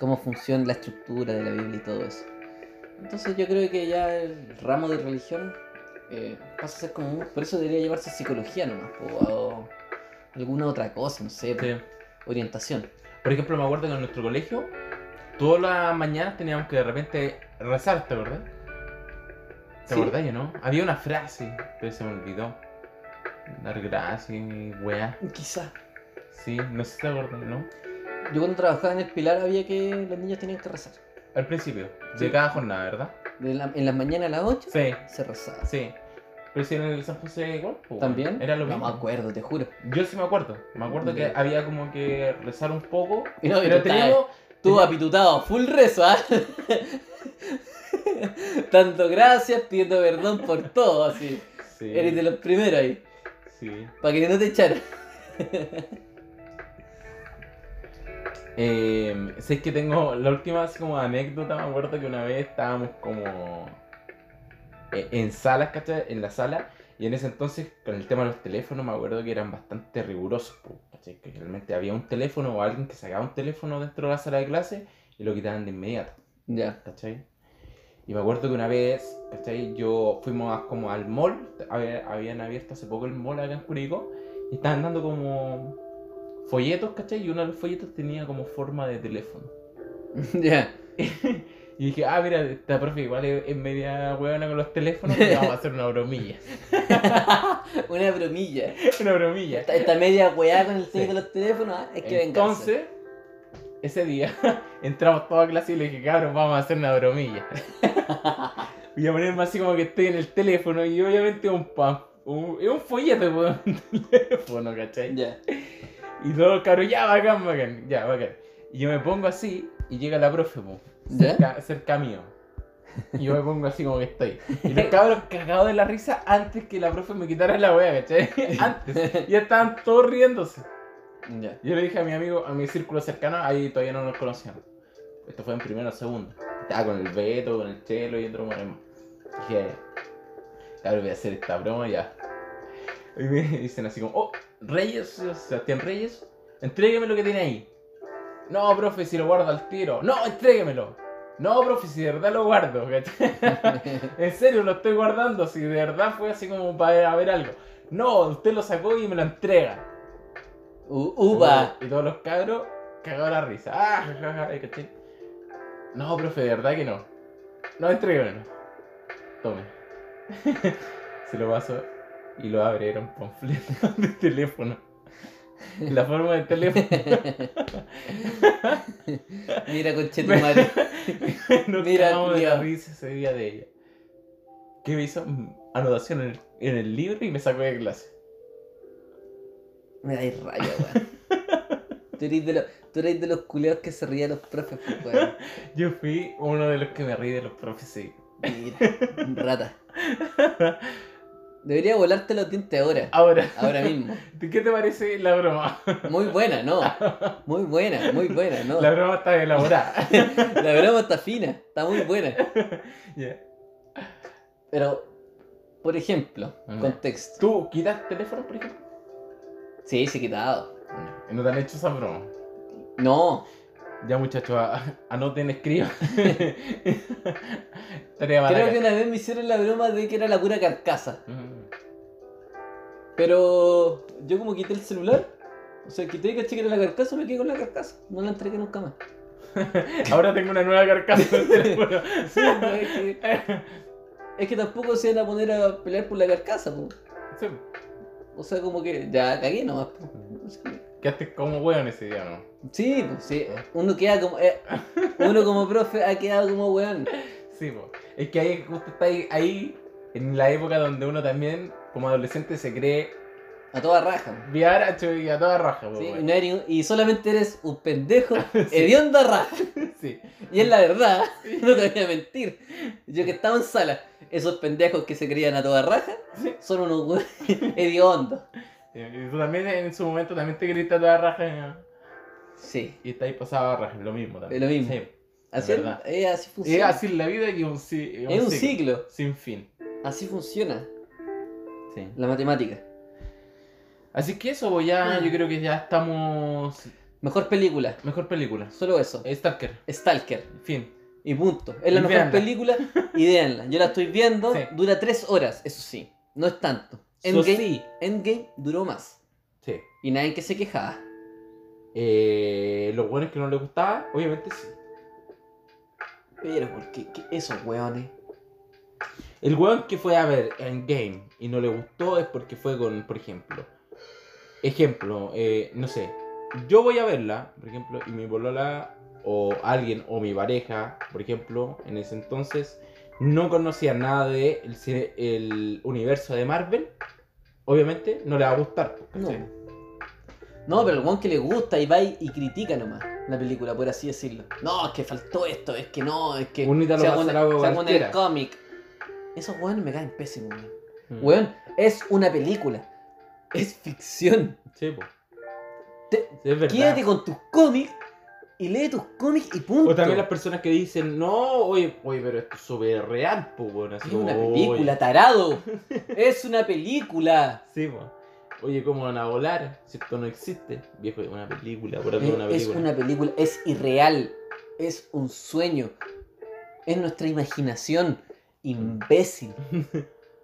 Speaker 2: cómo funciona la estructura de la Biblia y todo eso. Entonces yo creo que ya el ramo de religión eh, pasa a ser como... un- Por eso debería llevarse psicología nomás, o, o alguna otra cosa, no sé,
Speaker 1: Sí.
Speaker 2: orientación.
Speaker 1: Por ejemplo, me acuerdo que en nuestro colegio, todas las mañanas teníamos que de repente rezar, ¿te acordás? ¿Te
Speaker 2: Sí.
Speaker 1: acordás o no? Había una frase, pero se me olvidó. Dar gracias, weá.
Speaker 2: Quizás.
Speaker 1: Sí, no sé si te acordás, ¿no?
Speaker 2: Yo cuando trabajaba en el Pilar había que los niños tenían que rezar.
Speaker 1: Al principio, de
Speaker 2: Sí.
Speaker 1: cada jornada, ¿verdad?
Speaker 2: De la- en las mañanas a las 8
Speaker 1: Sí.
Speaker 2: se rezaba.
Speaker 1: Sí. Pero si en el San José igual, pues,
Speaker 2: ¿También?
Speaker 1: Era lo
Speaker 2: no
Speaker 1: mismo.
Speaker 2: me acuerdo, te juro.
Speaker 1: Yo sí me acuerdo. Me acuerdo que
Speaker 2: Ya.
Speaker 1: había como que rezar un poco.
Speaker 2: Y no, y
Speaker 1: pero
Speaker 2: tú
Speaker 1: teníamos.
Speaker 2: Tú
Speaker 1: teníamos-
Speaker 2: apitutado, full rezo, ¿ah? Tanto gracias, pidiendo perdón por todo, así.
Speaker 1: Sí.
Speaker 2: Eres de los primeros ahí,
Speaker 1: sí.
Speaker 2: para que no te echaran.
Speaker 1: Eh, sé que tengo la última así como anécdota. Me acuerdo que una vez estábamos como. eh, en salas, ¿cachai? En la sala. Y en ese entonces, con el tema de los teléfonos, me acuerdo que eran bastante rigurosos. po, ¿cachai? Que realmente había un teléfono o alguien que sacaba un teléfono dentro de la sala de clase y lo quitaban de inmediato.
Speaker 2: Ya,
Speaker 1: ¿cachai? Y me acuerdo que una vez, ¿cachai? Yo fuimos a- como al mall, había- habían abierto hace poco el mall acá en Curicó, y estaban dando como folletos, ¿cachai? Y uno de los folletos tenía como forma de teléfono.
Speaker 2: ya.
Speaker 1: Y dije, ah, mira, esta profe igual es, es media huevona con los teléfonos, pero vamos a hacer una bromilla.
Speaker 2: Una bromilla.
Speaker 1: una bromilla.
Speaker 2: Esta, esta media weá con el
Speaker 1: Sí.
Speaker 2: tema de los teléfonos, ah, es que venganza.
Speaker 1: Entonces, ese día entramos toda clase y le dije, cabrón, vamos a hacer una bromilla. Voy a ponerme así como que estoy en el teléfono y obviamente un pan. Un, es un folleto, weón, un teléfono, ¿cachai?
Speaker 2: Ya.
Speaker 1: Y todos los cabros, ya, bacán, bacán, ya, bacán. Y yo me pongo así y llega la profe, po,
Speaker 2: ¿Ya?
Speaker 1: cerca, cerca mío. Y yo me pongo así como que estoy. Y los cabros cagados de la risa antes que la profe me quitara la wea, ¿cachai? Antes. Ya estaban todos riéndose.
Speaker 2: ya.
Speaker 1: Yo le dije a mi amigo, a mi círculo cercano, ahí todavía no nos conocíamos. Esto fue en primero o segundo. Estaba con el Beto, con el Chelo y otro moreno. Dije, claro, voy a hacer esta broma ya. Y me dicen así como, oh, Reyes, Sebastián Reyes, entrégueme lo que tiene ahí. No, profe, si lo guardo al tiro. No, entréguemelo. No, profe, si de verdad lo guardo. ¿cachai? en serio, lo estoy guardando. Si de verdad fue así como para ver algo. No, usted lo sacó y me lo entrega.
Speaker 2: U- uva.
Speaker 1: Y todos los cabros cagados la risa. Ah, jajaja, ¿cachai? No, profe, de verdad que no. No entréguenlo. Tome. Se lo paso y lo abre, era un panfleto de teléfono. la forma del teléfono.
Speaker 2: Mira, conchetumare.
Speaker 1: Nos
Speaker 2: Mira,
Speaker 1: cagamos de la
Speaker 2: culiao.
Speaker 1: risa ese día de ella. Que me hizo anotación en el, en el libro y me sacó de clase.
Speaker 2: Me dais raya, weón. Tú eres de los, tú eres de los culeados que se ríen los profes, pues, weón.
Speaker 1: Yo fui uno de los que me reí de los profes, sí.
Speaker 2: Mira, rata. Debería volarte los dientes ahora.
Speaker 1: Ahora,
Speaker 2: Ahora mismo.
Speaker 1: ¿qué te parece la broma?
Speaker 2: Muy buena, no. Muy buena, muy buena, no.
Speaker 1: La
Speaker 2: La,
Speaker 1: broma está elaborada.
Speaker 2: broma está fina, está muy buena.
Speaker 1: Ya.
Speaker 2: Pero, por ejemplo,
Speaker 1: Ya.
Speaker 2: contexto.
Speaker 1: ¿Tú quitas teléfono, por ejemplo?
Speaker 2: Sí, se ha quitado.
Speaker 1: No te han hecho esa broma.
Speaker 2: No,
Speaker 1: Ya muchachos, a- anoten, escriban. Tarea para
Speaker 2: creo
Speaker 1: la
Speaker 2: que una vez me hicieron la broma de que era la pura carcasa.
Speaker 1: casa. Mm.
Speaker 2: Pero yo como quité el celular, o sea, quité y caché que era la carcasa, me quedé con la carcasa. No la entregué nunca más.
Speaker 1: Ahora tengo una nueva carcasa del teléfono.
Speaker 2: Sí, no, es, que, es que tampoco se van a poner a pelear por la carcasa, po.
Speaker 1: Sí,
Speaker 2: O sea, como que ya cagué nomás, po. O sea,
Speaker 1: Quedaste como weón ese día, ¿no?
Speaker 2: Sí, pues, sí. Uno queda como. eh, uno como profe ha quedado como weón.
Speaker 1: Sí, po. Es que ahí justo está ahí, ahí en la época donde uno también, como adolescente, se cree
Speaker 2: A toda raja.
Speaker 1: viaracho y a toda raja, po,
Speaker 2: ¿sí? Y,
Speaker 1: weón.
Speaker 2: no hay ningún- y solamente eres un pendejo hediondo a raja.
Speaker 1: Sí.
Speaker 2: Y es la verdad, no te voy a mentir. Yo que estaba en sala, esos pendejos que se creían a toda raja
Speaker 1: Sí.
Speaker 2: son unos weones hediondos.
Speaker 1: Y tú también en su momento también te creíste a toda raja
Speaker 2: Sí.
Speaker 1: y está ahí pasado a raja, es lo mismo también.
Speaker 2: Es lo mismo.
Speaker 1: Sí.
Speaker 2: Así,
Speaker 1: Es verdad.
Speaker 2: es, eh, así
Speaker 1: Es
Speaker 2: funciona. Es,
Speaker 1: así la vida y un, ci-
Speaker 2: un ciclo.
Speaker 1: Sin fin.
Speaker 2: Así funciona
Speaker 1: Sí.
Speaker 2: la matemática.
Speaker 1: Así que eso, pues, ya
Speaker 2: Ah.
Speaker 1: yo creo que ya estamos.
Speaker 2: Mejor película.
Speaker 1: Mejor película.
Speaker 2: Solo eso.
Speaker 1: Stalker,
Speaker 2: Eh. Stalker.
Speaker 1: fin.
Speaker 2: Y punto. Es la
Speaker 1: Y
Speaker 2: mejor
Speaker 1: véanla.
Speaker 2: película y véanla. Yo la estoy viendo.
Speaker 1: Sí.
Speaker 2: Dura tres horas, eso sí. No es tanto.
Speaker 1: Eso
Speaker 2: Endgame,
Speaker 1: sí.
Speaker 2: Endgame duró más.
Speaker 1: Sí.
Speaker 2: Y nadie que se quejaba.
Speaker 1: Eh, los buenos que no les gustaba, obviamente sí.
Speaker 2: Pero porque esos weones.
Speaker 1: El weón que fue a ver Endgame y no le gustó es porque fue con, por ejemplo, ejemplo, eh, no sé, yo voy a verla, por ejemplo, y mi bolola o alguien o mi pareja, por ejemplo, en ese entonces no conocía nada de el, cine- el universo de Marvel, obviamente no le va a gustar. pues,
Speaker 2: No.
Speaker 1: ¿cachai?
Speaker 2: No, pero el weón que le gusta y va y, y critica nomás la película, por así decirlo. No, es que faltó esto, es que no, es que.
Speaker 1: Un ítalo
Speaker 2: se
Speaker 1: va a hacer algo cualquiera.
Speaker 2: el cómic. Esos weones me caen pésimos, weón.
Speaker 1: Mm.
Speaker 2: Weón, es una película. Es ficción.
Speaker 1: Sí, po.
Speaker 2: Te-
Speaker 1: Sí, es verdad.
Speaker 2: Quédate con tus cómics y lee tus cómics y punto.
Speaker 1: O también las personas que dicen, no, oye, oye pero esto es súper real, pues, bueno, así
Speaker 2: Es
Speaker 1: como,
Speaker 2: una
Speaker 1: "Oye".
Speaker 2: película, tarado. es una película.
Speaker 1: Sí, po. Oye, ¿cómo van a volar? Si esto no existe. Viejo, es una película, por algo es una
Speaker 2: Eh, Es
Speaker 1: película.
Speaker 2: una película, es irreal. Es un sueño. Es nuestra imaginación. Imbécil.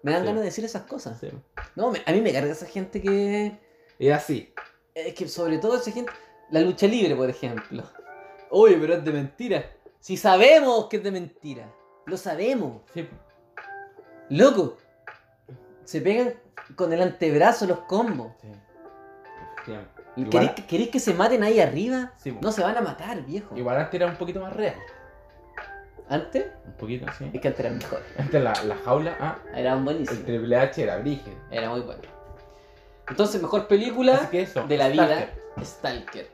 Speaker 2: Me dan
Speaker 1: Sí.
Speaker 2: ganas de decir esas cosas.
Speaker 1: Sí.
Speaker 2: No, me- a mí me carga esa gente que.
Speaker 1: Es así.
Speaker 2: Es que sobre todo esa gente. La lucha libre, por ejemplo. Oye, pero es de mentira. Si sabemos que es de mentira. Lo sabemos.
Speaker 1: Sí, po.
Speaker 2: Loco. Se pegan con el antebrazo los combos.
Speaker 1: Sí. Bien.
Speaker 2: ¿Y
Speaker 1: Igual-
Speaker 2: ¿Queréis, que- queréis que se maten ahí arriba?
Speaker 1: Sí, po.
Speaker 2: No se van a matar, viejo.
Speaker 1: Igual antes era un poquito más real.
Speaker 2: Antes,
Speaker 1: Un poquito así.
Speaker 2: es que antes eran mejor.
Speaker 1: Antes la, la jaula, ah,
Speaker 2: Eran
Speaker 1: el
Speaker 2: buenísimos.
Speaker 1: triple H era brígido.
Speaker 2: Era muy bueno. Entonces, mejor película
Speaker 1: Así que eso.
Speaker 2: de la vida,
Speaker 1: Stalker.
Speaker 2: Stalker.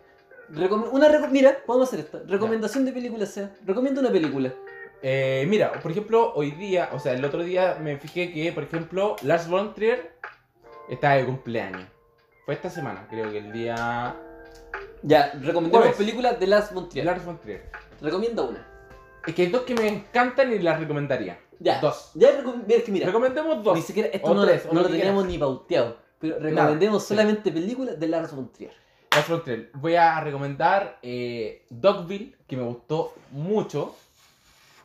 Speaker 2: Recom- una reco- Mira, podemos hacer esto. Recomendación de película, sea. Recomienda una película.
Speaker 1: Eh, mira, por ejemplo, hoy día, o sea, el otro día me fijé que, por ejemplo, Lars von Trier está de cumpleaños. Fue esta semana, creo que el día...
Speaker 2: Ya, recomendemos
Speaker 1: Jueves.
Speaker 2: películas de Last Von Trier.
Speaker 1: Lars von Trier.
Speaker 2: Recomienda una.
Speaker 1: Es que hay dos que me encantan y las recomendaría.
Speaker 2: Ya.
Speaker 1: Dos.
Speaker 2: Ya recom- mira, es que mira.
Speaker 1: Recomendemos
Speaker 2: Ni
Speaker 1: dos.
Speaker 2: siquiera esto
Speaker 1: o
Speaker 2: no,
Speaker 1: tres,
Speaker 2: lo,
Speaker 1: o
Speaker 2: no
Speaker 1: lo
Speaker 2: lo
Speaker 1: que
Speaker 2: teníamos ni pauteado. Pero recomendemos solamente películas de Lars von Trier.
Speaker 1: Lars von Trier. Voy a recomendar eh, Dogville, que me gustó mucho.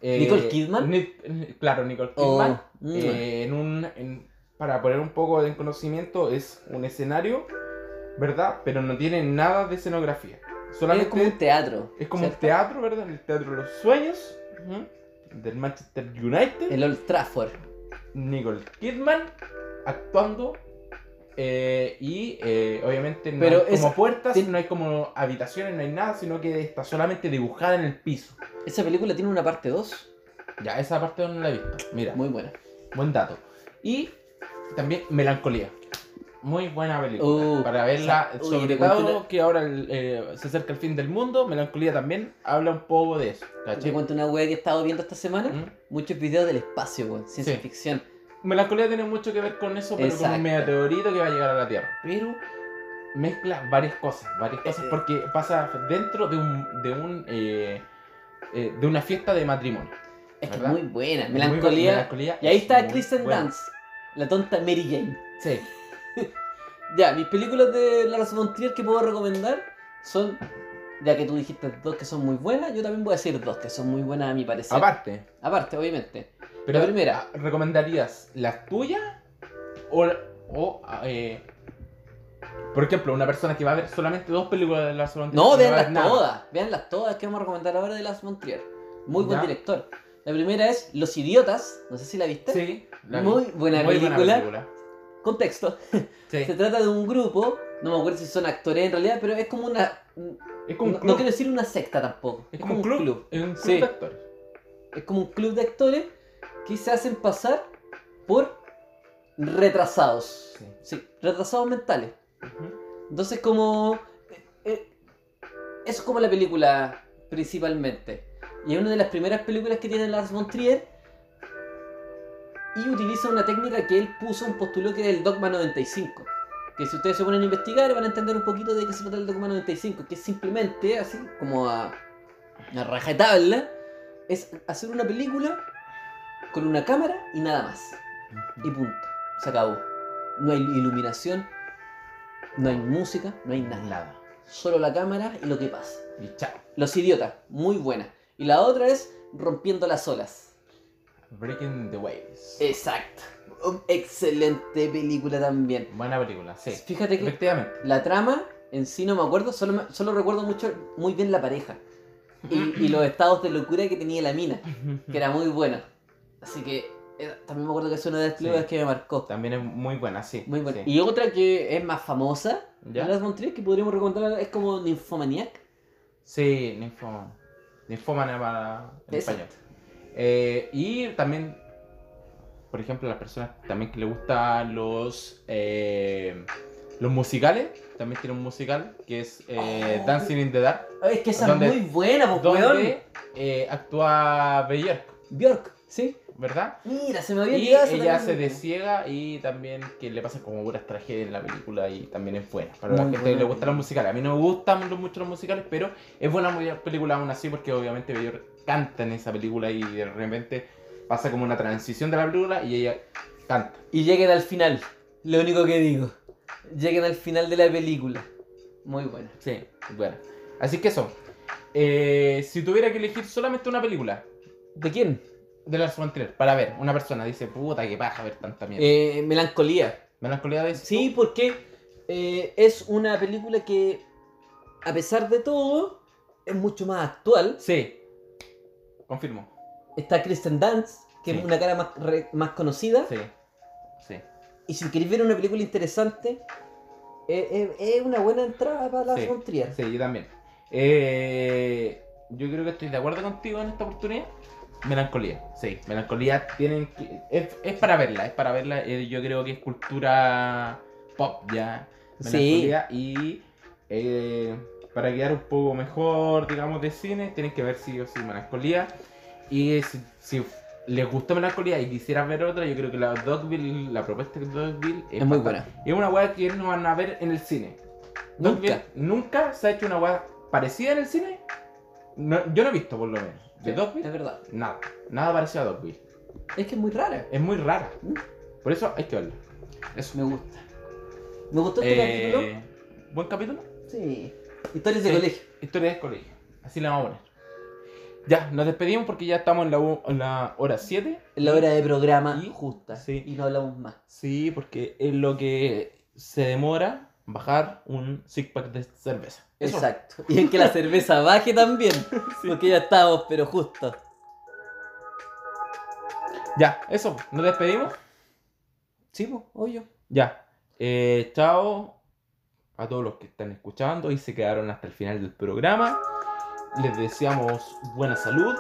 Speaker 1: Eh,
Speaker 2: Nicole Kidman.
Speaker 1: Nic- claro, Nicole
Speaker 2: Oh,
Speaker 1: Kidman.
Speaker 2: mm.
Speaker 1: Eh, en un, en- para poner un poco de conocimiento, es un escenario, ¿verdad? Pero no tiene nada de escenografía. Solamente
Speaker 2: es como un teatro.
Speaker 1: es como un
Speaker 2: ¿cierto?
Speaker 1: teatro, ¿verdad? El teatro de los sueños ujú, del Manchester United.
Speaker 2: El Old Trafford.
Speaker 1: Nicole Kidman actuando Eh, y eh, obviamente no
Speaker 2: Pero
Speaker 1: hay como
Speaker 2: es-
Speaker 1: puertas,
Speaker 2: tien-
Speaker 1: no hay como habitaciones, no hay nada, sino que está solamente dibujada en el piso.
Speaker 2: Esa película tiene una parte 2
Speaker 1: Ya, esa parte no la he visto. Mira,
Speaker 2: muy buena.
Speaker 1: buen dato. Y también Melancolía. Muy buena película.
Speaker 2: Uh,
Speaker 1: para verla,
Speaker 2: esa- uy,
Speaker 1: sobre
Speaker 2: te
Speaker 1: todo
Speaker 2: cuento una-
Speaker 1: que ahora el, eh, se acerca el fin del mundo, Melancolía también habla un poco de eso.
Speaker 2: Te
Speaker 1: ¿cachai?
Speaker 2: cuento una wea que he estado viendo esta semana.
Speaker 1: ¿Mm?
Speaker 2: Muchos videos del espacio, weón. Ciencia
Speaker 1: Sí.
Speaker 2: ficción.
Speaker 1: Melancolía tiene mucho que ver con eso, pero con
Speaker 2: Exacto.
Speaker 1: un meteorito que va a llegar a la Tierra. Pero mezcla varias cosas, varias cosas,
Speaker 2: Eh, eh.
Speaker 1: porque pasa dentro de un, de un eh, eh, de una fiesta de matrimonio.
Speaker 2: Es que es
Speaker 1: ¿Verdad?
Speaker 2: muy buena.
Speaker 1: Muy buena,
Speaker 2: Melancolía.
Speaker 1: melancolía
Speaker 2: Y ahí
Speaker 1: es
Speaker 2: está
Speaker 1: muy
Speaker 2: Kristen
Speaker 1: buena.
Speaker 2: Dance, la tonta Mary Jane.
Speaker 1: Sí.
Speaker 2: Ya, mis películas de Lars von Trier que puedo recomendar son, ya que tú dijiste dos que son muy buenas, yo también voy a decir dos que son muy buenas a mi parecer.
Speaker 1: Aparte,
Speaker 2: Aparte, obviamente.
Speaker 1: pero
Speaker 2: La primera.
Speaker 1: ¿recomendarías las tuyas o, o, eh, por ejemplo, una persona que va a ver solamente dos películas de Lars von Trier
Speaker 2: No,
Speaker 1: y va a ver
Speaker 2: veanlas
Speaker 1: nada?
Speaker 2: todas, veanlas todas que vamos a recomendar ahora de Lars von Trier. Muy buen
Speaker 1: Ya.
Speaker 2: director. La primera es Los Idiotas, no sé si la viste.
Speaker 1: Sí, la vi.
Speaker 2: muy buena
Speaker 1: Muy
Speaker 2: película.
Speaker 1: película.
Speaker 2: Contexto.
Speaker 1: Sí.
Speaker 2: Se trata de un grupo, no me acuerdo si son actores en realidad, pero es como una...
Speaker 1: Es como
Speaker 2: No,
Speaker 1: un
Speaker 2: no
Speaker 1: club.
Speaker 2: quiero decir una secta tampoco.
Speaker 1: Es como un club. Es un club
Speaker 2: Sí.
Speaker 1: de actores.
Speaker 2: Es como un club de actores que se hacen pasar por retrasados.
Speaker 1: Sí.
Speaker 2: Sí, retrasados mentales.
Speaker 1: Ujú.
Speaker 2: Entonces como... eh, eh, eso es como la película principalmente. Y es una de las primeras películas que tiene Lars von Trier. Y utiliza una técnica que él puso, un postuló que era el Dogma 95. Que si ustedes se ponen a investigar van a entender un poquito de qué se trata el Dogma 95. Que es simplemente, así como a, a rajatabla, es hacer una película con una cámara y nada más y punto. Se acabó. No hay iluminación, no hay música, no hay nada.
Speaker 1: Nada.
Speaker 2: Solo la cámara y lo que pasa.
Speaker 1: Y chao.
Speaker 2: Los idiotas, muy buena. Y la otra es Rompiendo las olas.
Speaker 1: Breaking the Waves.
Speaker 2: Eh, Exacto. Um, Excelente película también.
Speaker 1: Buena película, sí.
Speaker 2: Fíjate que
Speaker 1: Efectivamente.
Speaker 2: la trama en sí no me acuerdo, solo, me- solo recuerdo mucho, muy bien la pareja. Y, y los estados de locura que tenía la mina, que era muy buena. Así que eh, también me acuerdo que es una de las películas que me marcó.
Speaker 1: También es muy buena, sí.
Speaker 2: Muy buena.
Speaker 1: sí.
Speaker 2: Y otra que es más famosa,
Speaker 1: ¿Ya?
Speaker 2: de Lars von Trier, que podríamos recomendar, es como Nymphomaniac.
Speaker 1: Sí, Ninfoman. Ninfoman para en
Speaker 2: Exacto.
Speaker 1: español. Eh, y también, por ejemplo, las personas también que le gustan los eh, los musicales, también tiene un musical que es eh,
Speaker 2: Oh.
Speaker 1: Dancing in the Dark,
Speaker 2: Ay, es que esa
Speaker 1: ¿Dónde?
Speaker 2: es muy buena, pues, weón.
Speaker 1: donde eh, actúa Björk,
Speaker 2: Björk, ¿sí?
Speaker 1: ¿verdad?
Speaker 2: Mira, se me había
Speaker 1: Y
Speaker 2: olvidado esa
Speaker 1: ella se
Speaker 2: también.
Speaker 1: desciega y también que le pasan como puras tragedias en la película y también es buena. Para
Speaker 2: Muy
Speaker 1: la gente que
Speaker 2: buena
Speaker 1: le gustan
Speaker 2: película.
Speaker 1: los musicales. A mí no me gustan lo- mucho los musicales, pero es buena muy buena película aún así porque obviamente Björk canta en esa película y de repente pasa como una transición de la película y ella canta.
Speaker 2: Y lleguen al final, lo único que digo. Lleguen al final de la película. Muy buena.
Speaker 1: Sí, buena. Así que eso. Eh, si tuviera que elegir solamente una película
Speaker 2: ¿De quién?
Speaker 1: de Lars von Trier para ver, una persona dice, puta, que paja ver tanta mierda.
Speaker 2: Eh, Melancolía.
Speaker 1: Melancolía de
Speaker 2: Sí, porque eh, es una película que, a pesar de todo, es mucho más actual.
Speaker 1: Sí. Confirmo.
Speaker 2: Está Kristen Dance, que
Speaker 1: Sí.
Speaker 2: es una cara más, re- más conocida.
Speaker 1: Sí. Sí.
Speaker 2: Y si queréis ver una película interesante, eh, es una buena entrada para la
Speaker 1: Sí,
Speaker 2: von Trier.
Speaker 1: Sí, yo también. Eh, yo creo que estoy de acuerdo contigo en esta oportunidad. Melancolía, sí. Melancolía tienen que- es, es para verla, es para verla. eh, yo creo que es cultura pop ya.
Speaker 2: Sí.
Speaker 1: Melancolía y eh, para quedar un poco mejor, digamos, de cine, tienen que ver si o sí Melancolía. Y si, si les gustó Melancolía y quisieran ver otra, yo creo que la Dogville, la propuesta de Dogville
Speaker 2: Es muy
Speaker 1: bastante-
Speaker 2: buena.
Speaker 1: es una weá que no van a ver en el cine.
Speaker 2: Nunca.
Speaker 1: Dogville nunca se ha hecho una weá parecida en el cine. No- yo no he visto, por lo menos. De
Speaker 2: Es
Speaker 1: Dogville,
Speaker 2: verdad.
Speaker 1: nada. Nada parecido a Dogville.
Speaker 2: Es que es muy rara.
Speaker 1: Es muy rara.
Speaker 2: Mm.
Speaker 1: Por eso hay que verla. Eso.
Speaker 2: Me gusta. Me gustó este capítulo.
Speaker 1: Eh, Buen capítulo.
Speaker 2: Sí. Historias de
Speaker 1: sí.
Speaker 2: colegio.
Speaker 1: Historia de colegio. Así la vamos a poner. Ya, nos despedimos porque ya estamos en la, u- en la hora 7.
Speaker 2: En la hora de programa
Speaker 1: Y-
Speaker 2: justa.
Speaker 1: sí.
Speaker 2: Y no hablamos más.
Speaker 1: Sí, porque es lo que se demora bajar un six pack de cerveza. Eso.
Speaker 2: Exacto. Y es que la cerveza baje también.
Speaker 1: Sí.
Speaker 2: Porque ya estamos, pero justo.
Speaker 1: Ya, eso. Nos despedimos.
Speaker 2: Sí, pues, obvio.
Speaker 1: Ya. Eh, chao a todos los que están escuchando y se quedaron hasta el final del programa. Les deseamos buena salud.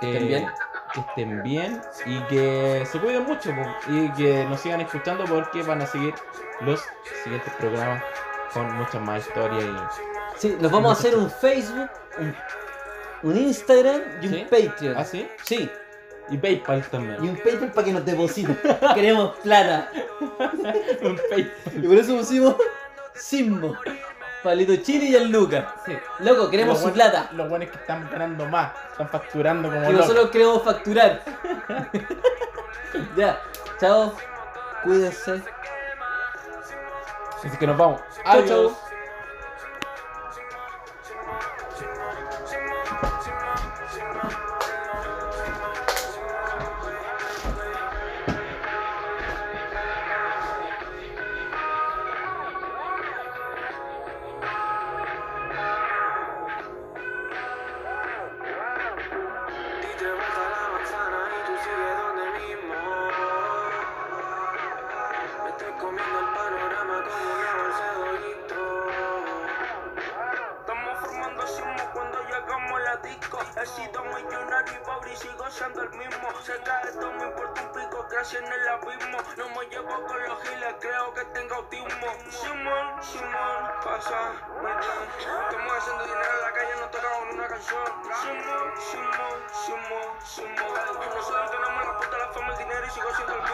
Speaker 1: eh,
Speaker 2: Que estén bien.
Speaker 1: Que estén bien y que se cuiden mucho po, y que nos sigan escuchando porque van a seguir los siguientes programas con muchas más historias y
Speaker 2: Sí, nos vamos a hacer un Facebook, un, un Instagram y un
Speaker 1: ¿Ah, ¿Sí?
Speaker 2: Patreon.
Speaker 1: así.
Speaker 2: Sí,
Speaker 1: y PayPal
Speaker 2: y
Speaker 1: también.
Speaker 2: un Patreon para que nos depositen. Queremos plata.
Speaker 1: Un PayPal.
Speaker 2: Y por eso pusimos Simbo, Palito Chile y el Luca.
Speaker 1: Sí.
Speaker 2: Loco, queremos
Speaker 1: Lo
Speaker 2: su
Speaker 1: bueno-
Speaker 2: plata.
Speaker 1: Lo bueno es que están ganando más, están facturando como
Speaker 2: Y
Speaker 1: locos.
Speaker 2: nosotros queremos facturar. ya, chao. Cuídense.
Speaker 1: Así que nos vamos.
Speaker 2: chau.
Speaker 1: Adiós.
Speaker 3: Diste vuelta a la manzana y tú sigues donde mismo. Me estoy comiendo el panorama como una bolsa de orito. Estamos formando sumo cuando llegamos a la disco. He sido millonario y pobre y sigo siendo el mismo. Se cae esto, me importa un pico, gracias en el abismo. No me llevo con los giles, creo que tengo autismo. Simón, Simón, pasa, me dan. Estamos haciendo dinero en la calle, no tocamos ni una canción. Simón, Simón, Simón, Simón. Nosotros tenemos la puta, la fama, el dinero y sigo siendo el mismo. pues,